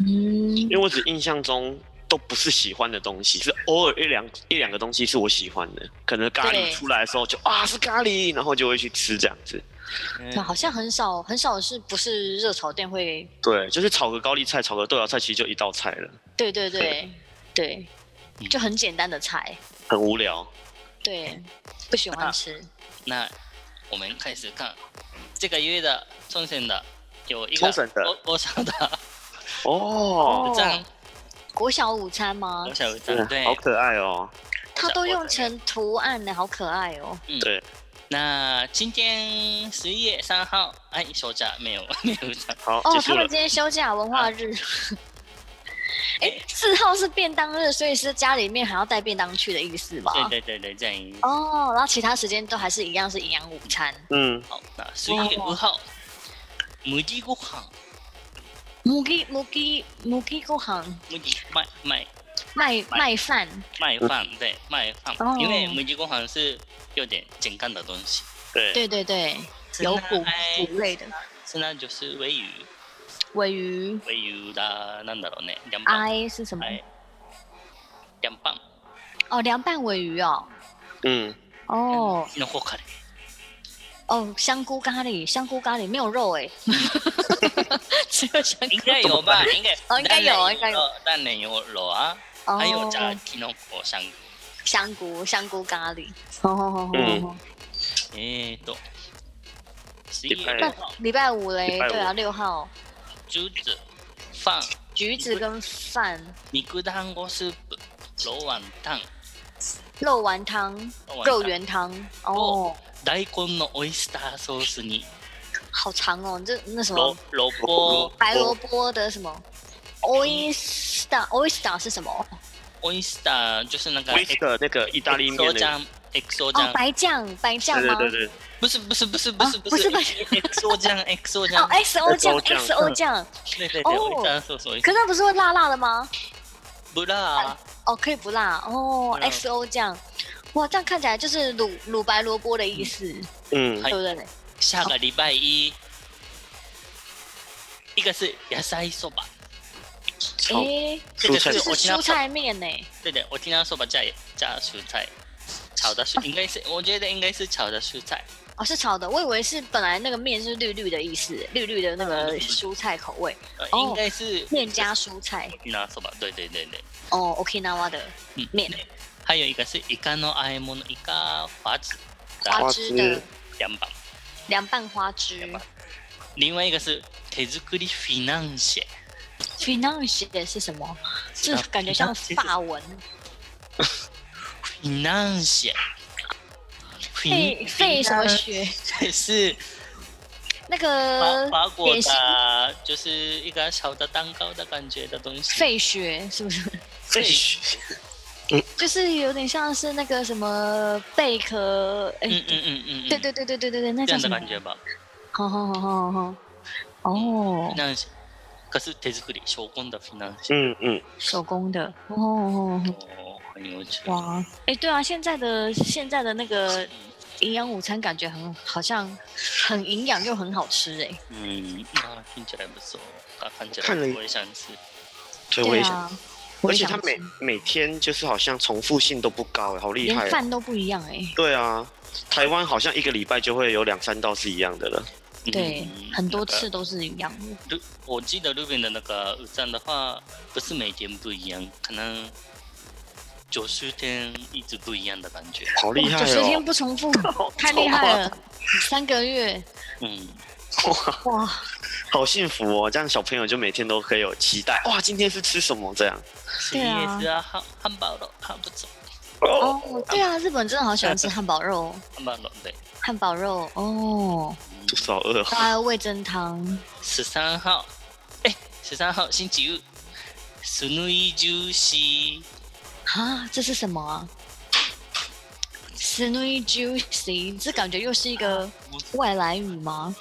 Speaker 2: 嗯
Speaker 3: 因，为我只印象中都不是喜欢的东西，是偶尔一两一两个东西是我喜欢的，可能咖
Speaker 2: 对
Speaker 3: 喱出来的时候就啊是咖喱，然后就会去吃这样子。
Speaker 1: 嗯
Speaker 2: 对嗯好像很少很少是不是热炒店会？
Speaker 3: 对，就是炒个高丽菜，炒个豆芽菜，其实就一道菜了，
Speaker 2: 对对对对，
Speaker 1: 嗯
Speaker 2: 就很简单的菜，
Speaker 3: 很无聊。
Speaker 2: 对，不喜
Speaker 1: 啊
Speaker 2: 欢吃。
Speaker 1: 那我们开始看这个月的冲绳的有一个
Speaker 3: 冲绳的
Speaker 1: 我我想的
Speaker 3: 哦，
Speaker 1: 这样
Speaker 2: 国小午餐吗
Speaker 1: 我？想的
Speaker 3: 真的
Speaker 1: 对
Speaker 3: 好，可爱哦。
Speaker 2: 它都用
Speaker 1: 成。
Speaker 2: 成图案呢，好可爱哦。
Speaker 3: 对，
Speaker 1: 那今天十一月三号，哎，休假没有 没有假，
Speaker 3: 好，
Speaker 2: 哦
Speaker 3: 结，束
Speaker 2: 他
Speaker 3: 了
Speaker 2: 们。今天休假，文化日。 哎，四号是便当日，所以是家里面还要带便当去的意思吧？
Speaker 3: 啊
Speaker 1: 对对对对，这样。
Speaker 2: 哦，然后其他时间都还是一样是营养午餐。
Speaker 3: 嗯，
Speaker 1: 好，那十一月五
Speaker 3: 哦
Speaker 1: 号，麦吉ご飯，
Speaker 2: 母鸡母鸡母鸡ご飯
Speaker 1: 麦吉麦麦
Speaker 2: 卖卖饭
Speaker 1: 麦饭，对麦饭
Speaker 2: 哦，
Speaker 1: 因为麦吉ご飯是有点健康的东西，
Speaker 3: 对，
Speaker 2: 对对对，有
Speaker 1: 是
Speaker 2: 骨
Speaker 1: 那哎
Speaker 2: 骨类的
Speaker 1: 是那就是尾鱼
Speaker 2: 尾鱼。
Speaker 1: 尾鱼的なんだろうね，凉拌，
Speaker 2: I 是什么？
Speaker 1: 哎，凉拌，
Speaker 2: 哦，凉拌尾鱼哦。
Speaker 3: 嗯，
Speaker 2: 哦
Speaker 1: のほかれ，
Speaker 2: 哦，香菇咖喱，香菇咖喱没有肉哎， 只有香菇
Speaker 1: 应。该有吧？应该
Speaker 2: 哦应该有
Speaker 1: 当然
Speaker 2: 应该有
Speaker 1: 当然有肉啊，
Speaker 2: 哦
Speaker 1: 还有加きのこ香菇。
Speaker 2: 香菇香菇咖喱。哦哦哦哦哦。
Speaker 1: えーと、次
Speaker 3: 礼拜
Speaker 1: は
Speaker 3: 六
Speaker 2: 礼拜五嘞，
Speaker 3: 礼拜五
Speaker 2: 对啊，六号
Speaker 1: ジューズ、ファン、
Speaker 2: 橘子跟饭、
Speaker 1: 肉団子スープ、ロワンタン、
Speaker 2: 肉丸汤、
Speaker 1: ロワンタン
Speaker 2: 肉圆汤。哦，
Speaker 1: 大根のオイスターソースに
Speaker 2: 好长哦，这那什么
Speaker 1: ロロボ
Speaker 2: 白萝卜的什么 oyster oyster 是什么？
Speaker 1: オイスター就是那个
Speaker 3: i s t 那个意大利面
Speaker 1: エクソ
Speaker 3: 的，
Speaker 1: 酱，エクソ
Speaker 2: 哦，
Speaker 1: 酱，
Speaker 2: 白酱白酱
Speaker 3: 对
Speaker 2: 吗？
Speaker 3: 对对对，
Speaker 1: 不是不是不是不是
Speaker 2: 啊
Speaker 1: 不是
Speaker 2: 不
Speaker 1: エクソ酱エクソ
Speaker 2: 哦
Speaker 1: 酱，
Speaker 2: ，X O 酱
Speaker 3: XO 酱
Speaker 2: X O 酱，
Speaker 1: 对对对，
Speaker 2: 哦
Speaker 1: オイスターソースオイス
Speaker 2: 可是它不是会辣辣的吗？
Speaker 1: ブラ
Speaker 2: 哦，可以不辣哦
Speaker 1: 对啊
Speaker 2: ，X O 酱，哇，这样看起来就是卤卤白萝卜的意思，
Speaker 3: 嗯
Speaker 1: はい
Speaker 2: 对不对？
Speaker 1: 下个礼拜一，一个是野菜そば，
Speaker 3: 炒
Speaker 2: 诶，
Speaker 1: 这个
Speaker 3: 蔬菜
Speaker 1: 是
Speaker 2: 这
Speaker 3: 对
Speaker 2: 是
Speaker 1: 我听到
Speaker 2: 蔬菜面呢，
Speaker 1: 对的，我听到说把加加蔬菜，炒的 蔬应该是，我觉得应该是炒的蔬菜，
Speaker 2: 哦，是炒的，我以为是本来那个面是绿绿的意思，绿绿的那个蔬菜口味，
Speaker 1: 呃，
Speaker 2: 哦
Speaker 1: 应该是
Speaker 2: 面加蔬菜，
Speaker 1: 听到说吧，对对对对，
Speaker 2: 哦，Okinawa 的
Speaker 1: 嗯
Speaker 2: 面，
Speaker 1: 还有一个是イカの和え物，イカ花子
Speaker 2: 花枝的
Speaker 3: 花枝
Speaker 1: 凉拌，
Speaker 2: 凉拌花枝
Speaker 1: 凉拌，另外一个是手作りフィナンシェ，
Speaker 2: ，Finance 是什么？是
Speaker 1: 道
Speaker 2: 感觉像
Speaker 1: Finance
Speaker 2: 法文，
Speaker 1: フィナンシェ，フ
Speaker 2: 费费什么学？
Speaker 1: 是
Speaker 2: 那
Speaker 1: 法
Speaker 2: 个
Speaker 1: 法国
Speaker 2: 点心
Speaker 1: 的，就是一个小的蛋糕的感觉的东西，
Speaker 2: 费雪是不是？
Speaker 3: ，fish，
Speaker 2: 就是有点像是那个什么贝壳，哎、
Speaker 1: 嗯嗯嗯嗯，嗯
Speaker 2: 对，对对对对对对，那
Speaker 1: 这
Speaker 2: 叫
Speaker 1: 样的
Speaker 2: 什么
Speaker 1: 感？觉吧，
Speaker 2: 好好好好好，哦，
Speaker 1: なんし可是手作り手工的フィナンシェ
Speaker 3: 嗯嗯，
Speaker 2: 手工的，哦哦哦，
Speaker 1: 哦，很有趣。
Speaker 2: 哇，哎、对啊，现在的现在的那个
Speaker 1: 嗯
Speaker 2: 营养午餐感觉很好像很营养又很好吃哎、
Speaker 1: 嗯，那听起来不错，那看起
Speaker 3: 看了
Speaker 1: 来我也想吃。
Speaker 3: 所以我
Speaker 2: 对
Speaker 3: 也想，
Speaker 2: 啊，我
Speaker 3: 而
Speaker 2: 也
Speaker 3: 且
Speaker 2: 想
Speaker 3: 它每
Speaker 2: 吃
Speaker 3: 每天就是好像重复性都不高，好厉害
Speaker 2: 连
Speaker 3: 哦。
Speaker 2: 饭都不一样哎、
Speaker 3: 对啊，台湾好像一个礼拜就会有两三道是一样的了。
Speaker 2: 对
Speaker 1: 嗯，
Speaker 2: 很多。
Speaker 1: 那
Speaker 2: 次
Speaker 1: 个
Speaker 2: 都是一样的。
Speaker 1: 如我记得日本的那个午餐的话，不是每天不一样，可能九十天一直不一样的感觉。
Speaker 3: 好厉害
Speaker 2: 九十天
Speaker 3: 哦！
Speaker 2: 不重 复，太厉害了！三个月，
Speaker 1: 嗯，
Speaker 2: 哇，
Speaker 3: 好幸福哦！这样小朋友就每天都可以有期待。哇，今天是吃什么？这样
Speaker 1: 十一
Speaker 2: 对啊
Speaker 1: 也是啊，汉汉堡肉，汉不错，
Speaker 3: 哦，
Speaker 2: 哦，对啊，日本真的好喜欢吃汉堡肉，
Speaker 1: 汉堡肉对。
Speaker 2: 汉堡肉哦，
Speaker 3: 肚子好饿哦。
Speaker 2: 还有味噌汤，
Speaker 1: 十三号，哎，十三号星期五，スヌイジューシ
Speaker 2: 啊，这是什么啊？Snowy Juicy，这感觉又是一个外来语吗？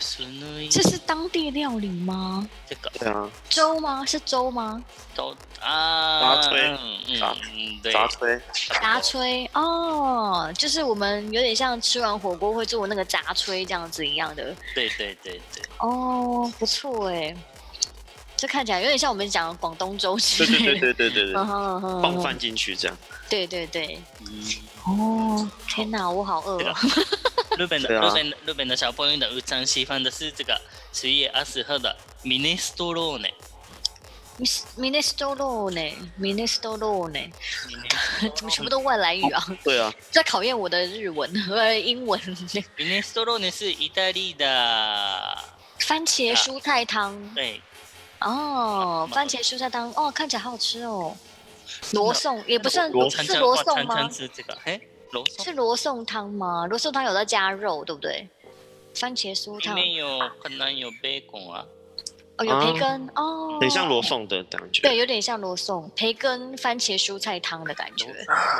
Speaker 1: ー、スヌイ
Speaker 2: 这是当地料理吗？
Speaker 1: 这个
Speaker 3: 对啊，
Speaker 2: 粥吗？是粥吗？
Speaker 1: 都啊，
Speaker 3: 杂炊
Speaker 1: 嗯嗯
Speaker 3: 杂
Speaker 1: 嗯，对，
Speaker 3: 杂炊，
Speaker 2: 杂炊哦，就是我们有点像吃完火锅会做那个杂炊这样子一样的
Speaker 1: 对对对对，
Speaker 2: 哦，不错哎，这看起来有点像我们讲的广东粥之
Speaker 3: 对对
Speaker 2: 类
Speaker 3: 对
Speaker 2: 的，
Speaker 3: 对对对对
Speaker 2: 嗯，哼嗯哼
Speaker 3: 放饭进去这样。
Speaker 2: 对对对，
Speaker 1: 嗯，
Speaker 2: 哦，天哪，我好饿、
Speaker 1: 这个
Speaker 3: 啊
Speaker 2: 哦，
Speaker 1: 日本的
Speaker 3: 对啊
Speaker 1: 日本的日本的小朋友的午餐喜欢的是这个十一月二十号的ミネストローネ，
Speaker 2: minestrone，minestrone，
Speaker 1: ミネストローネ
Speaker 2: 怎么全部
Speaker 3: 嗯
Speaker 2: 都外来语啊？
Speaker 3: 对啊，
Speaker 2: 在考验我的日文和英文。
Speaker 1: ミネストローネ是意大利的，
Speaker 2: 番
Speaker 3: 啊
Speaker 2: 茄蔬菜汤
Speaker 1: 对，
Speaker 2: 哦，番茄蔬菜汤哦，看起来好好吃哦。罗宋也不算
Speaker 3: 罗
Speaker 1: 常
Speaker 2: 是
Speaker 1: 常
Speaker 2: 罗
Speaker 1: 我
Speaker 2: 宋
Speaker 1: 常
Speaker 2: 吗
Speaker 1: 常？吃这个，哎，罗宋
Speaker 2: 是罗宋汤吗？罗宋汤有在加肉，对不对？番茄蔬
Speaker 1: 里
Speaker 2: 汤
Speaker 1: 面有可能有 bacon 啊，
Speaker 2: 哦，有
Speaker 3: 啊
Speaker 2: 培根哦，
Speaker 3: 很像罗，宋的感觉。
Speaker 2: 对，有点像罗宋培根番茄蔬菜汤的感
Speaker 1: 罗
Speaker 2: 觉。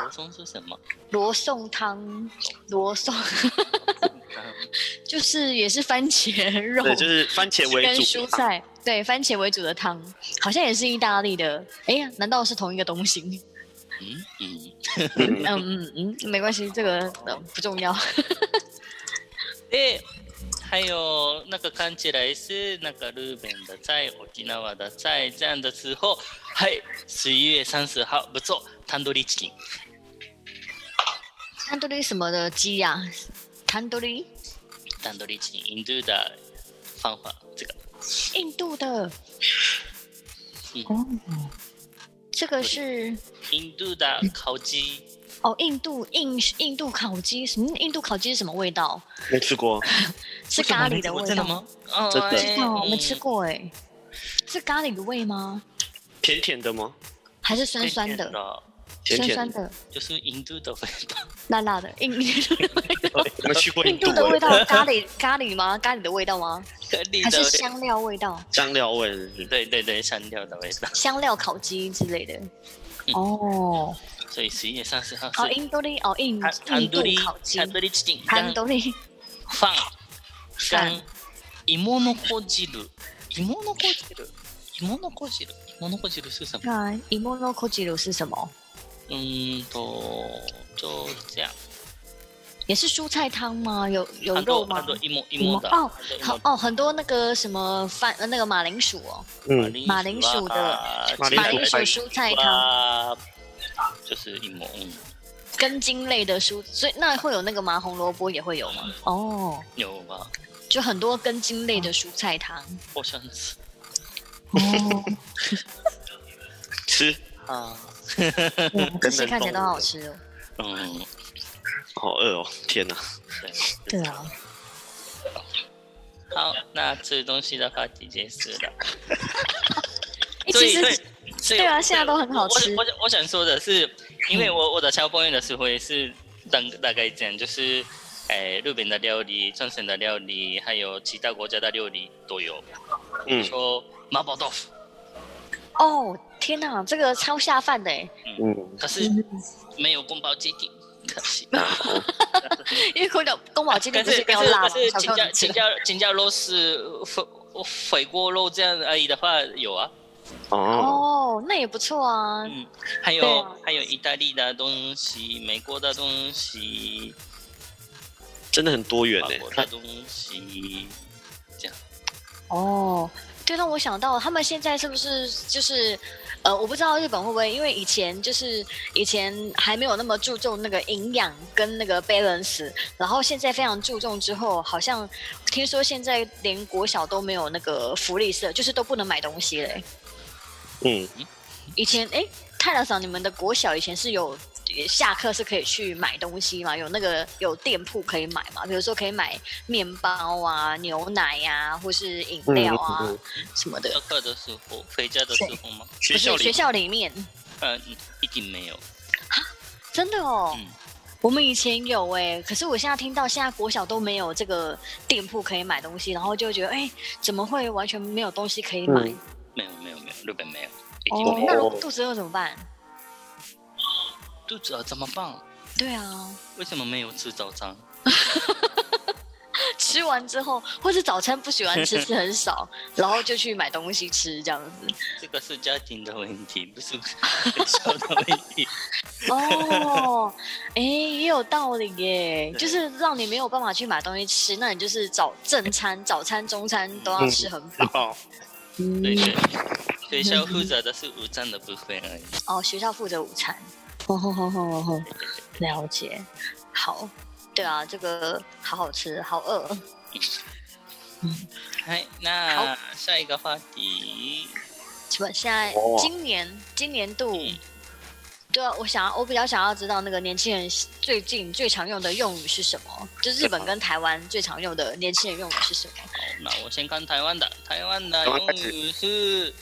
Speaker 1: 宋罗宋是什么？
Speaker 2: 罗宋汤，罗宋
Speaker 1: 嗯
Speaker 2: 就是也是番茄 肉
Speaker 3: 对，就是番茄 为
Speaker 2: 跟
Speaker 3: 主，啊
Speaker 2: 蔬菜，对，番茄为主的汤，好像也是意大利的。哎呀，难道是同一个东西？
Speaker 1: 嗯嗯，
Speaker 3: 嗯
Speaker 2: 嗯嗯嗯，没关系，这个、呃、不重要。
Speaker 1: で、还有那个看起来是那个日本的菜、沖縄的菜这样的时候，はい、十一月三十号不错，tandoori chicken，
Speaker 2: tandoori 什么的鸡呀、tandoori，
Speaker 1: tandoori chicken，印度的方法，这个
Speaker 2: 印度的
Speaker 1: 嗯。
Speaker 2: 哦，这个是
Speaker 1: 印度的烤鸡，
Speaker 2: 哦，印度印印度烤鸡，什么？印度烤鸡是什么味道？
Speaker 3: 没吃过，
Speaker 2: 是咖喱的味道？
Speaker 1: 真的吗？哦
Speaker 3: 真的
Speaker 2: 不知道，
Speaker 1: 哎
Speaker 2: 我没吃过哎、是咖喱味吗？
Speaker 3: 甜甜的吗？
Speaker 2: 还是酸酸
Speaker 1: 甜甜
Speaker 2: 的？
Speaker 1: 的，
Speaker 3: 甜
Speaker 2: 酸
Speaker 3: 甜
Speaker 2: 酸的，
Speaker 1: 就是印度的味道。
Speaker 2: 辣辣的，印
Speaker 3: 有没有去过
Speaker 2: 印
Speaker 3: 印
Speaker 2: 度
Speaker 3: 度哎
Speaker 2: 的味
Speaker 3: 味？
Speaker 2: 道，咖喱咖喱吗？咖喱的味道吗？
Speaker 1: 咖喱
Speaker 2: 还
Speaker 1: 的
Speaker 2: 是
Speaker 1: 味
Speaker 2: 香料味道？
Speaker 3: 香料味是不是
Speaker 1: 对对对，香料的味道。
Speaker 2: 香料烤鸡之类的。
Speaker 1: 嗯
Speaker 2: 哦，
Speaker 1: 所以十一月三十号
Speaker 2: 哦，
Speaker 1: 是
Speaker 2: 印度的哦，印
Speaker 1: 坦
Speaker 2: 印
Speaker 1: 坦
Speaker 2: 度
Speaker 1: 多利
Speaker 2: 烤鸡，
Speaker 1: 坦多利 chicken，
Speaker 2: 坦多利
Speaker 1: 饭
Speaker 2: 饭
Speaker 1: 干芋の子汁芋の子汁芋の子汁芋の子汁是什么？
Speaker 2: 那伊莫诺科吉鲁是什么？
Speaker 1: うーんと就这样，
Speaker 2: 也是蔬菜汤吗？有有
Speaker 1: 很
Speaker 2: 肉
Speaker 1: 多
Speaker 2: 吗
Speaker 1: 很？多芋芋芋的
Speaker 2: 哦
Speaker 1: 很多芋
Speaker 2: 好哦，很多那个什么饭，呃那个马铃薯哦，
Speaker 3: 嗯，
Speaker 2: 马铃薯
Speaker 1: 啊的啊
Speaker 3: 马
Speaker 2: 马
Speaker 3: 铃
Speaker 2: 铃薯
Speaker 3: 薯饭
Speaker 2: 蔬菜汤，
Speaker 1: 就是芋蘑，嗯，
Speaker 2: 根茎类的蔬，所以那会有那个麻红萝卜也会有吗？哦，
Speaker 1: 有吧？
Speaker 2: 就很多根茎类的蔬菜汤。
Speaker 1: 好像是
Speaker 2: 哦，
Speaker 3: 吃，
Speaker 1: 啊，
Speaker 2: 这些看起来都好好吃哦。
Speaker 1: 嗯，
Speaker 3: 好饿哦，天哪！
Speaker 1: 对
Speaker 2: 对啊，
Speaker 1: 好，那吃东西的话题结束了。
Speaker 2: 哎，
Speaker 1: 所
Speaker 2: 其
Speaker 1: 以
Speaker 2: 实
Speaker 1: 对，所以
Speaker 2: 对啊
Speaker 1: 我
Speaker 2: 现在都很好吃嗯
Speaker 1: 我我我想说的是，因为我我的小朋友的时候也是大大概这样，就是哎、日本的料理、朝鲜的料理，还有其他国家的料理都有。
Speaker 3: 嗯
Speaker 1: 说麻婆豆腐，
Speaker 2: 哦，天哪，这个超下饭的哎，
Speaker 3: 嗯，
Speaker 1: 可是没有宫保鸡丁，可惜。
Speaker 2: 因为宫保宫保鸡丁
Speaker 1: 可
Speaker 2: 哦不是
Speaker 1: 是
Speaker 2: 一定
Speaker 1: 可
Speaker 2: 要
Speaker 1: 是
Speaker 2: 辣吗
Speaker 1: 可？是
Speaker 2: 小
Speaker 1: 请
Speaker 2: 朋友
Speaker 1: 教
Speaker 2: 你吃
Speaker 1: 请
Speaker 2: 了
Speaker 1: 教 请教肉呃是回回啊锅肉这样而已的话有啊，
Speaker 3: 哦，
Speaker 2: 哦，那也不错啊。
Speaker 1: 嗯，还有、
Speaker 2: 对啊
Speaker 1: 还有意大利的东西、美国的东西、
Speaker 3: 真的很多元欸
Speaker 1: 法
Speaker 3: 呢
Speaker 1: 国。的东西，
Speaker 2: 哦，对，让我想到他们现在是不是就是呃，我不知道日本会不会，因为以前就是以前还没有那么注重那个营养跟那个 balance，然后现在非常注重之后，好像听说现在连国小都没有那个福利社，就是都不能买东西嘞。
Speaker 3: 嗯，
Speaker 2: 以前哎，泰勒桑，你们的国小以前是有呃下课是可以去买东西嘛？有那个有店铺可以买嘛？比如说可以买面包啊、牛奶呀、或是饮料啊、
Speaker 3: 嗯嗯嗯
Speaker 2: 什么的。
Speaker 1: 上课的时候、回家的时候吗？呃
Speaker 3: 学
Speaker 2: 不
Speaker 3: 校
Speaker 2: 是
Speaker 3: 里
Speaker 2: 学校里面，
Speaker 1: 嗯，一定没有。
Speaker 2: 真的哦，
Speaker 1: 嗯，
Speaker 2: 我们以前有哎、可是我现在听到现在国小都没有这个店铺可以买东西，然后就会觉得哎、怎么会完全没有东西可以买？
Speaker 3: 嗯
Speaker 1: 没有没有没有，日本没有，已经
Speaker 2: 哦
Speaker 1: 没，有。
Speaker 2: 那如果肚子饿怎么办？
Speaker 1: 肚子啊饿怎么办？
Speaker 2: 对啊，
Speaker 1: 为什么没有吃早餐？
Speaker 2: 吃完之后或是早餐不喜欢吃，吃很少，然后就去买东西吃这样子。
Speaker 1: 这个是家庭的问题，不是 学校的问题。
Speaker 2: 哦，哎，也有道理耶，
Speaker 3: 对
Speaker 2: 就是让你没有办法去买东西吃，那你就是早正餐、早餐、中餐都要吃很饱。
Speaker 3: 哦，
Speaker 1: 对
Speaker 2: 嗯，
Speaker 1: 对， 学校负责的是午餐的部分而已。
Speaker 2: 哦，学校负责午餐。吼吼吼吼吼， 了解。好，对啊，这个好好吃，好饿。
Speaker 1: 嗨，那下一个话题，
Speaker 2: 什么？现在
Speaker 3: 哦
Speaker 2: 今年今年度
Speaker 1: 嗯？
Speaker 2: 对啊，我想要我比较想要知道那个年轻人最近最常用的用语是什么？就日本跟台湾最常用的年轻人用语是什么？
Speaker 1: 好那我先看台湾的，台湾的
Speaker 3: 台湾开
Speaker 1: 用
Speaker 3: 始
Speaker 1: 语是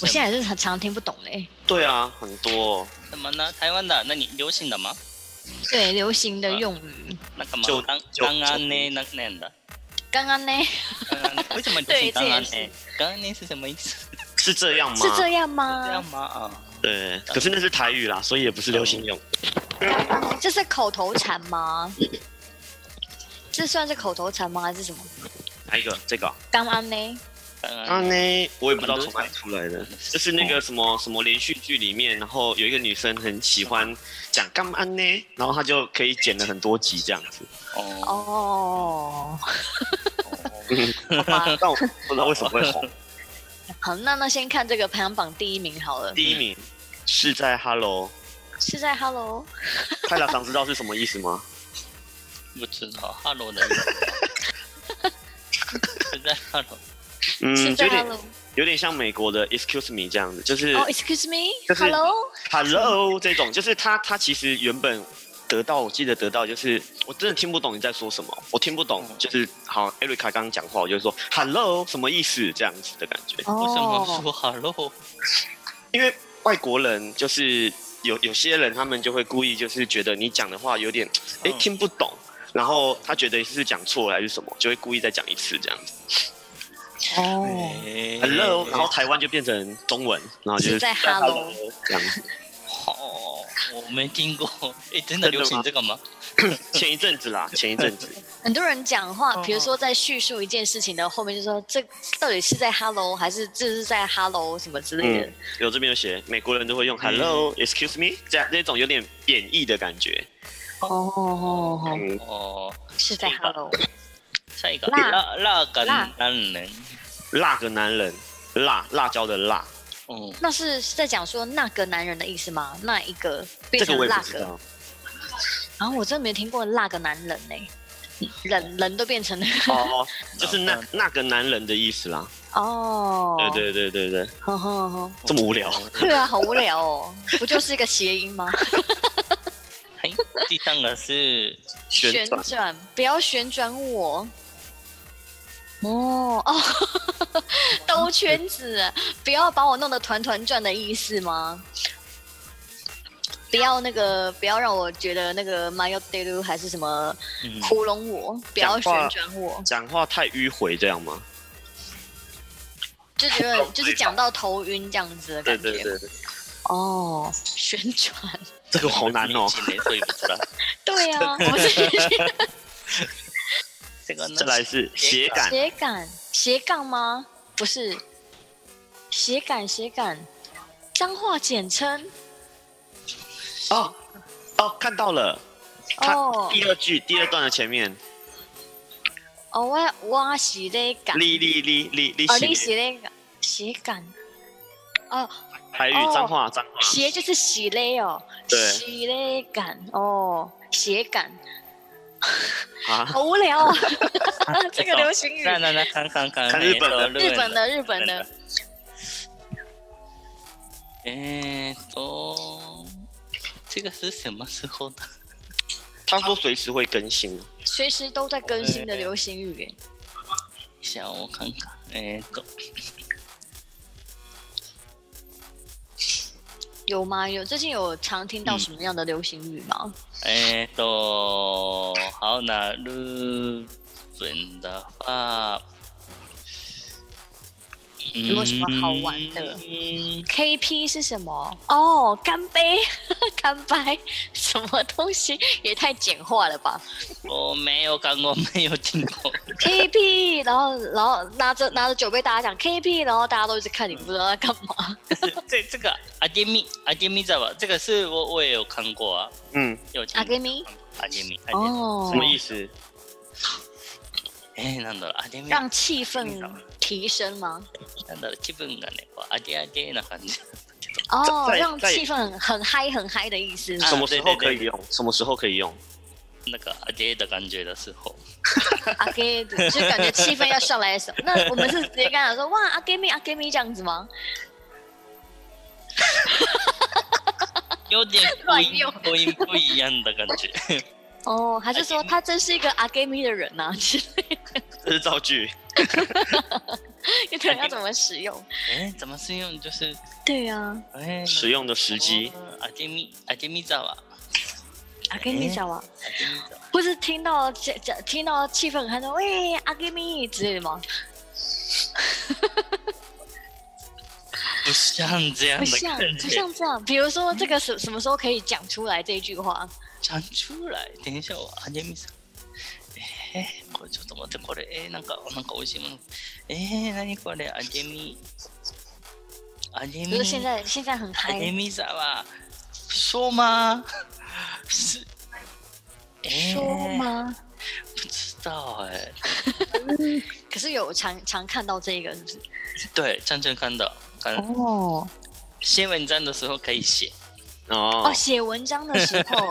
Speaker 2: 我现在也是很常听不懂嘞、
Speaker 3: 对啊，很多哦
Speaker 1: 什么呢？台湾的，那你流行的吗？
Speaker 2: 对，流行的用语。
Speaker 1: 那干嘛
Speaker 3: 就？
Speaker 1: 当
Speaker 3: 就
Speaker 1: 当安呢？那那样的，
Speaker 2: 刚刚呢
Speaker 1: 当安呢为什么流
Speaker 2: 对
Speaker 1: 行当安
Speaker 2: 这也
Speaker 1: 呢？当安呢是什么意思？
Speaker 3: 是这样吗
Speaker 2: 是？这样
Speaker 1: 这样
Speaker 2: 吗？
Speaker 1: 吗？啊，
Speaker 3: 对，可是那是台语啦，所以也不是流行用。
Speaker 2: 这是口头禅吗？这算是口头禅吗？还是什么？
Speaker 3: 哪一个？这个啊？
Speaker 2: 刚安呢？
Speaker 1: 当
Speaker 3: 啊
Speaker 1: 安
Speaker 3: 呢，我也不知道从哪里出来的，就是那个什么什么连续剧里面，然后有一个女生很喜欢讲干嘛呢，然后她就可以剪了很多集这样子。。
Speaker 1: 哦
Speaker 2: 哦，
Speaker 1: 哦
Speaker 2: 好吧
Speaker 3: 但我不知道为什么会红。
Speaker 2: 好，那那先看这个排行榜第一名好了，
Speaker 3: 第一名是在 Hello，
Speaker 2: 是在 Hello
Speaker 3: 派大长知道是什么意思吗？
Speaker 1: 不知道，Hello 的意思，是在 Hello，
Speaker 3: 嗯，
Speaker 2: 是在
Speaker 3: 有点
Speaker 2: Hello。
Speaker 3: 有点像美国的 Excuse me 这样子，就是
Speaker 2: 哦，Excuse
Speaker 3: 就是
Speaker 2: me，Hello。
Speaker 3: Hello 这种，就是他他其实原本得到，我记得得到就是我真的听不懂你在说什么，我听不懂
Speaker 1: 嗯，
Speaker 3: 就是好，Erica 刚刚讲话，我就说 Hello 什么意思这样子的感觉，
Speaker 1: 为什么
Speaker 2: 哦，
Speaker 1: 说 Hello？
Speaker 3: 因为外国人就是有有些人他们就会故意就是觉得你讲的话有点哎、诶
Speaker 1: 嗯
Speaker 3: 听不懂，然后他觉得是讲错了还是什么，就会故意再讲一次这样子
Speaker 2: 哦，
Speaker 1: 哎
Speaker 3: Hello，然后台湾就变成中文，然后就是是
Speaker 2: 在
Speaker 3: Hello
Speaker 2: Hello
Speaker 3: 这样子。
Speaker 1: 哦，我没听 过，哎，真的
Speaker 3: 真的吗
Speaker 1: 流行这个吗？
Speaker 3: 前一阵子啦，前一阵子，
Speaker 2: 很多人讲
Speaker 1: 哦
Speaker 2: 话，比如说在叙述一件事情的后面就说这到底是在 Hello 还是这是在 Hello 什么之类的
Speaker 3: 嗯。，有这边有写，美国人都会用 Hello、Excuse me 这样那种有点贬义的感觉。
Speaker 2: 哦哦哦，
Speaker 3: 嗯，
Speaker 1: 哦，
Speaker 2: 是在
Speaker 1: 是吧
Speaker 2: Hello。
Speaker 1: 下一个
Speaker 2: 辣
Speaker 1: 辣辣感
Speaker 2: 辣
Speaker 1: 男人，
Speaker 3: 辣个男人，辣辣椒的辣，
Speaker 1: 嗯，
Speaker 2: 那是在讲说那个男人的意思吗？那一个变
Speaker 3: 这个
Speaker 2: 成
Speaker 3: 我也
Speaker 2: 那
Speaker 3: 不知
Speaker 2: 个，
Speaker 3: 道。
Speaker 2: 然后我真的没听过那个男人呢、
Speaker 3: 嗯
Speaker 2: 人人都变成那个
Speaker 3: 哦，就是那
Speaker 1: 嗯
Speaker 3: 那个男人的意思啦。
Speaker 2: 哦，
Speaker 3: 对对对对对，
Speaker 2: 呵呵呵，
Speaker 3: 这么无聊。
Speaker 2: 对啊，好无聊哦，不就是一个谐音吗？
Speaker 1: 嘿，第三个是
Speaker 3: 旋转
Speaker 2: 转，不要旋转我。哦哦， 兜圈子，不要把我弄得团团转的意思吗？不要那个，不要让我觉得那个 my d e 还是什么
Speaker 1: 嗯
Speaker 2: 糊弄我，不要
Speaker 3: 讲话
Speaker 2: 旋转我，
Speaker 3: 讲话太迂回这样吗？
Speaker 2: 就觉得就是讲到头晕这样子的
Speaker 3: 对
Speaker 2: 感觉。
Speaker 3: 对对，对
Speaker 2: 哦，旋转，
Speaker 3: 这个好难哦
Speaker 1: 年。轻人所以不知道。
Speaker 2: 对啊， 我是
Speaker 1: 这个呢
Speaker 3: 再来是斜感，
Speaker 2: 斜杆，斜杠吗？不是，斜杆，斜杆，脏话简称
Speaker 3: 哦哦，看到了。它
Speaker 2: 哦
Speaker 3: 第二句第二段的前面，
Speaker 2: 哦，我我是咧杆，
Speaker 3: 哩哩哩哩哩
Speaker 2: 哦，你
Speaker 3: 斜
Speaker 2: 是咧杆斜杆，哦，
Speaker 3: 台语
Speaker 2: 哦
Speaker 3: 脏话脏话，
Speaker 2: 斜就是斜咧哦，
Speaker 3: 对
Speaker 2: 斜咧杆哦，斜 杆，
Speaker 3: 啊，
Speaker 2: 好无聊 啊，这个流行语，
Speaker 1: 那那那看看看，
Speaker 3: 看日本的
Speaker 2: 日本的日本的，
Speaker 1: えーっと、这个是什么时候的？
Speaker 3: 他说随时会更新。
Speaker 2: 随时都在更新的流行语耶，
Speaker 1: 想我看看，えーっと、
Speaker 3: 嗯
Speaker 2: 有吗？有最近有常听到什么样的流行语吗？
Speaker 1: えっ、と、好，那日本的话，
Speaker 2: 有没有什么好玩的
Speaker 1: 嗯
Speaker 2: KP 是什么？哦，干杯， 干杯，什么东西也太简化了吧
Speaker 1: 我没有看过，没有听过。
Speaker 2: ！KP，然后然后拿着拿着酒杯，大家讲 KP，然后大家都一直看你，不知道在干嘛。
Speaker 1: 这这个阿杰米，阿杰米知道吧？这个是我我也有看过啊，
Speaker 3: 嗯，
Speaker 1: 有听
Speaker 2: 阿杰米，
Speaker 1: 阿杰米，阿杰米，
Speaker 2: 哦
Speaker 3: 什，么意思？
Speaker 1: 哎、なんだろう、アデミ、
Speaker 2: 让气氛提升吗？
Speaker 1: なんだろう、気分がね、こうアデアデな感じ。
Speaker 2: 哦，
Speaker 3: 在在
Speaker 2: 让气氛很很嗨很嗨的意思。
Speaker 1: 啊
Speaker 3: 什么时
Speaker 1: 对
Speaker 3: 候
Speaker 1: 对
Speaker 3: 可
Speaker 1: 对
Speaker 3: 以用？什么时候可以用？
Speaker 1: 那个阿杰的感觉的时候，
Speaker 2: 啊阿给，就是感觉气氛要上来的 时候，那我们是直接跟他说哇阿给米阿给米这样子吗？
Speaker 1: 有点
Speaker 2: 乱用
Speaker 1: 不一不一样的感觉。
Speaker 2: 哦，还是说
Speaker 1: 阿给米
Speaker 2: 他真是一个阿给米的人啊 呐、
Speaker 3: 这是造句。
Speaker 2: 你可能要怎么使用？
Speaker 1: 哎、怎么是用就是
Speaker 2: 对啊呀、
Speaker 1: 哎、
Speaker 3: 使用的时机。
Speaker 1: 哦。阿杰米，阿杰米咋了？
Speaker 2: 阿给米讲啊，
Speaker 1: 阿杰米咋了？
Speaker 2: 不是听到讲讲听到气氛很说喂阿给米之类的吗？
Speaker 1: 不像这样
Speaker 2: 不
Speaker 1: 的
Speaker 2: 像
Speaker 1: 感
Speaker 2: 不
Speaker 1: 觉，
Speaker 2: 像这样，比如说这个什什么时候可以讲出来这一句话？
Speaker 1: 讲出来。等一下我，阿杰米さん。えー、これちょっと待って、これ、えー、なんか、なんか美味しいもの。えー、何これ、アジェミ。アジェ
Speaker 2: 就
Speaker 1: ミ。
Speaker 2: 是现在现在很
Speaker 1: アジェ
Speaker 2: 嗨，
Speaker 1: ミさんは、说吗是。えー
Speaker 2: 说吗？
Speaker 1: 不知道哎、
Speaker 2: 可是有常常看到这个是不是？
Speaker 1: 对，张正康的，看
Speaker 2: 哦
Speaker 1: 写文章的时候可以写。
Speaker 3: 哦
Speaker 2: 哦，，写文章的时候。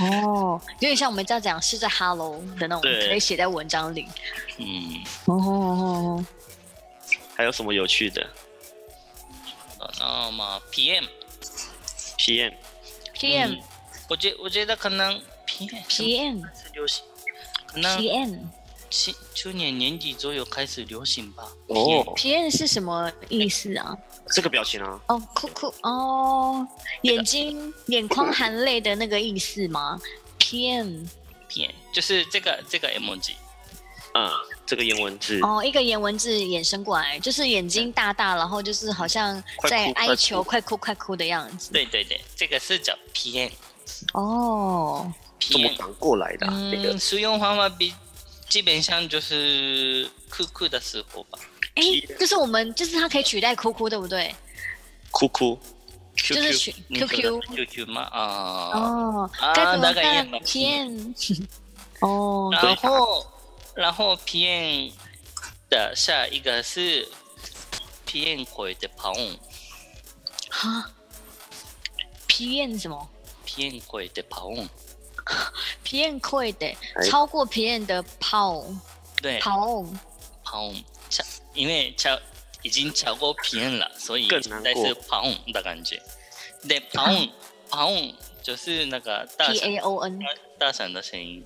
Speaker 2: 哦，有点像我们这样讲是在 Hello 的那种，
Speaker 3: 对
Speaker 2: 可以写在文章里。
Speaker 1: 嗯，
Speaker 2: 哦哦
Speaker 3: 还有什么有趣的
Speaker 1: 那么 PM。
Speaker 3: ？PM
Speaker 2: ，PM
Speaker 1: 嗯我觉我觉得可能 PM 开
Speaker 2: PM
Speaker 1: 始流行，可能
Speaker 2: PM
Speaker 1: 去去年年底左右开始流行吧。
Speaker 3: 哦，
Speaker 2: PM 是什么意思啊？
Speaker 3: 这个表情啊，
Speaker 2: 哦，酷酷哦，眼睛眼眶含泪的那个意思吗？PM
Speaker 1: PM 就是这个这个 emoji，
Speaker 3: 嗯，这个英文字，
Speaker 2: 哦，一个言文字衍生过来，就是眼睛大大，然后就是好像
Speaker 3: 快哭
Speaker 2: 在
Speaker 3: 快
Speaker 2: 哀
Speaker 3: 哭
Speaker 2: 求快哭快哭的样子。
Speaker 1: 对对对，这个是叫 PM
Speaker 2: 哦，
Speaker 3: 怎么
Speaker 1: PM。
Speaker 3: 反过来的啊？那个
Speaker 1: 嗯，使用方法比基本上就是酷酷的时候吧。
Speaker 2: 哎
Speaker 3: PM，
Speaker 2: 就是我们就是它可以取代哭哭，对不对？
Speaker 3: 哭哭，
Speaker 2: 就是取
Speaker 1: 你说的
Speaker 2: QQ。
Speaker 1: QQ 吗？啊，
Speaker 2: 哦
Speaker 1: 啊，
Speaker 2: 该怎么
Speaker 1: 大概一样啊吧
Speaker 2: 办？骗 哦，
Speaker 1: 然后然后 PM 的下一个是 PM 鬼的 pound，PM
Speaker 2: 哈，骗什么？
Speaker 1: 鬼的 pound。
Speaker 2: 骗亏的
Speaker 3: 哎，
Speaker 2: 超过骗的炮
Speaker 1: 对，
Speaker 2: 炮
Speaker 1: 跑超，因为超已经超过偏了，所以
Speaker 3: 更
Speaker 1: 现
Speaker 3: 难
Speaker 1: 在
Speaker 3: 过
Speaker 1: 是跑的感觉。对，跑跑就是那个大
Speaker 2: P
Speaker 1: 象嗯
Speaker 2: A O N
Speaker 1: 大象的声音。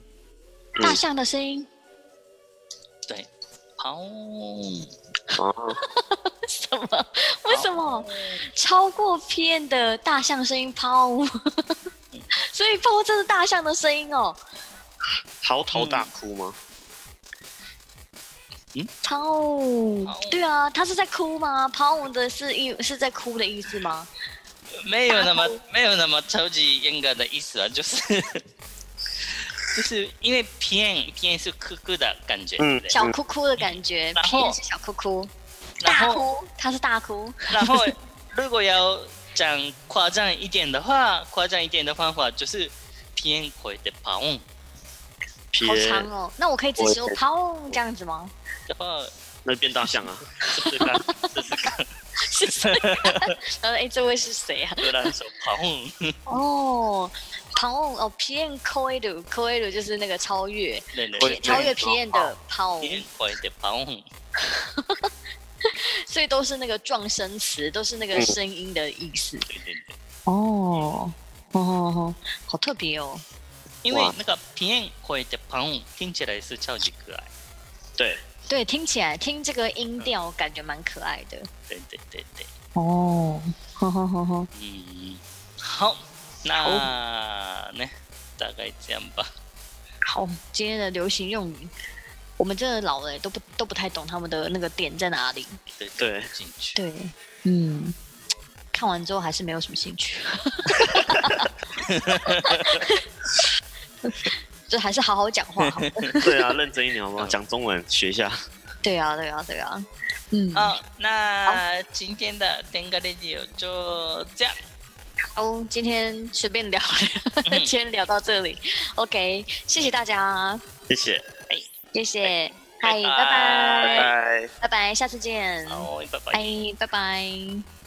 Speaker 2: 大象的声音，
Speaker 1: 对，跑
Speaker 3: 哦，
Speaker 2: 什 么？为什么超过骗的大象声音炮？嗯 所以炮这是大象的声音哦，
Speaker 3: 嚎啕大哭吗？
Speaker 2: 炮。对啊，他是在哭吗？炮的是意是在哭的意思吗？
Speaker 1: 没有那么没有那么超级严格的意思啊，就是 就是因为偏偏是酷酷的感觉，
Speaker 3: 嗯
Speaker 1: 对不对
Speaker 2: 小哭哭的感觉，
Speaker 1: 然后
Speaker 2: 骗是小哭哭，
Speaker 1: 然
Speaker 2: 大
Speaker 1: 后
Speaker 2: 哭，他是大哭。
Speaker 1: 然后如果要讲夸张一点的话，夸张一点的方法就是偏鬼的跑
Speaker 3: 嗯
Speaker 2: 好长
Speaker 3: PM，
Speaker 2: 哦，那我可以只说
Speaker 3: 我也
Speaker 2: 砰这样子吗？
Speaker 1: 然后。
Speaker 3: 那变大 象啊，
Speaker 1: 对单这是看
Speaker 2: 然后哎，这位是谁啊？
Speaker 1: 荷兰手跑，
Speaker 2: 哦，砰哦，PM Coidu Coidu 就是那个超越
Speaker 1: 对对
Speaker 3: 我
Speaker 1: 对
Speaker 3: 也，
Speaker 2: 超越 PM 的跑，
Speaker 1: 偏快的跑，
Speaker 2: 所以都是那个撞声词，都是那个声音的意思。
Speaker 1: 对对对，
Speaker 2: 嗯哦哦，好特别哦。
Speaker 1: 因为
Speaker 3: 哇
Speaker 1: 那个偏快的跑听起来是超级可爱，
Speaker 3: 对，
Speaker 2: 对，听起来听这个音调，感觉蛮可爱的。
Speaker 1: 对对对对，
Speaker 2: 哦哦，好好好好，
Speaker 1: 嗯，好，那呢，大概这样吧。
Speaker 2: 好，今天的流行用语，我们真的老了都不都不太懂他们的那个点在哪里。
Speaker 1: 对
Speaker 3: 对
Speaker 1: 不进去。
Speaker 2: 对，嗯，看完之后还是没有什么兴 趣。就还是好好讲话好了。
Speaker 3: 对啊，认真一点好不好？讲中文学一下。
Speaker 2: 对啊，对啊，对啊。嗯，
Speaker 1: 好，那今天的 Tenga Radio 就这样。
Speaker 2: 哦，今天随便聊，
Speaker 1: 嗯
Speaker 2: 今天聊到这里。OK，谢谢大家，
Speaker 3: 谢谢，
Speaker 2: 谢谢，嗨，
Speaker 1: 拜
Speaker 2: 拜
Speaker 3: 拜
Speaker 2: 拜，
Speaker 3: 拜。
Speaker 2: 拜拜，下次见，哎
Speaker 1: 好，拜拜。
Speaker 2: 拜拜拜。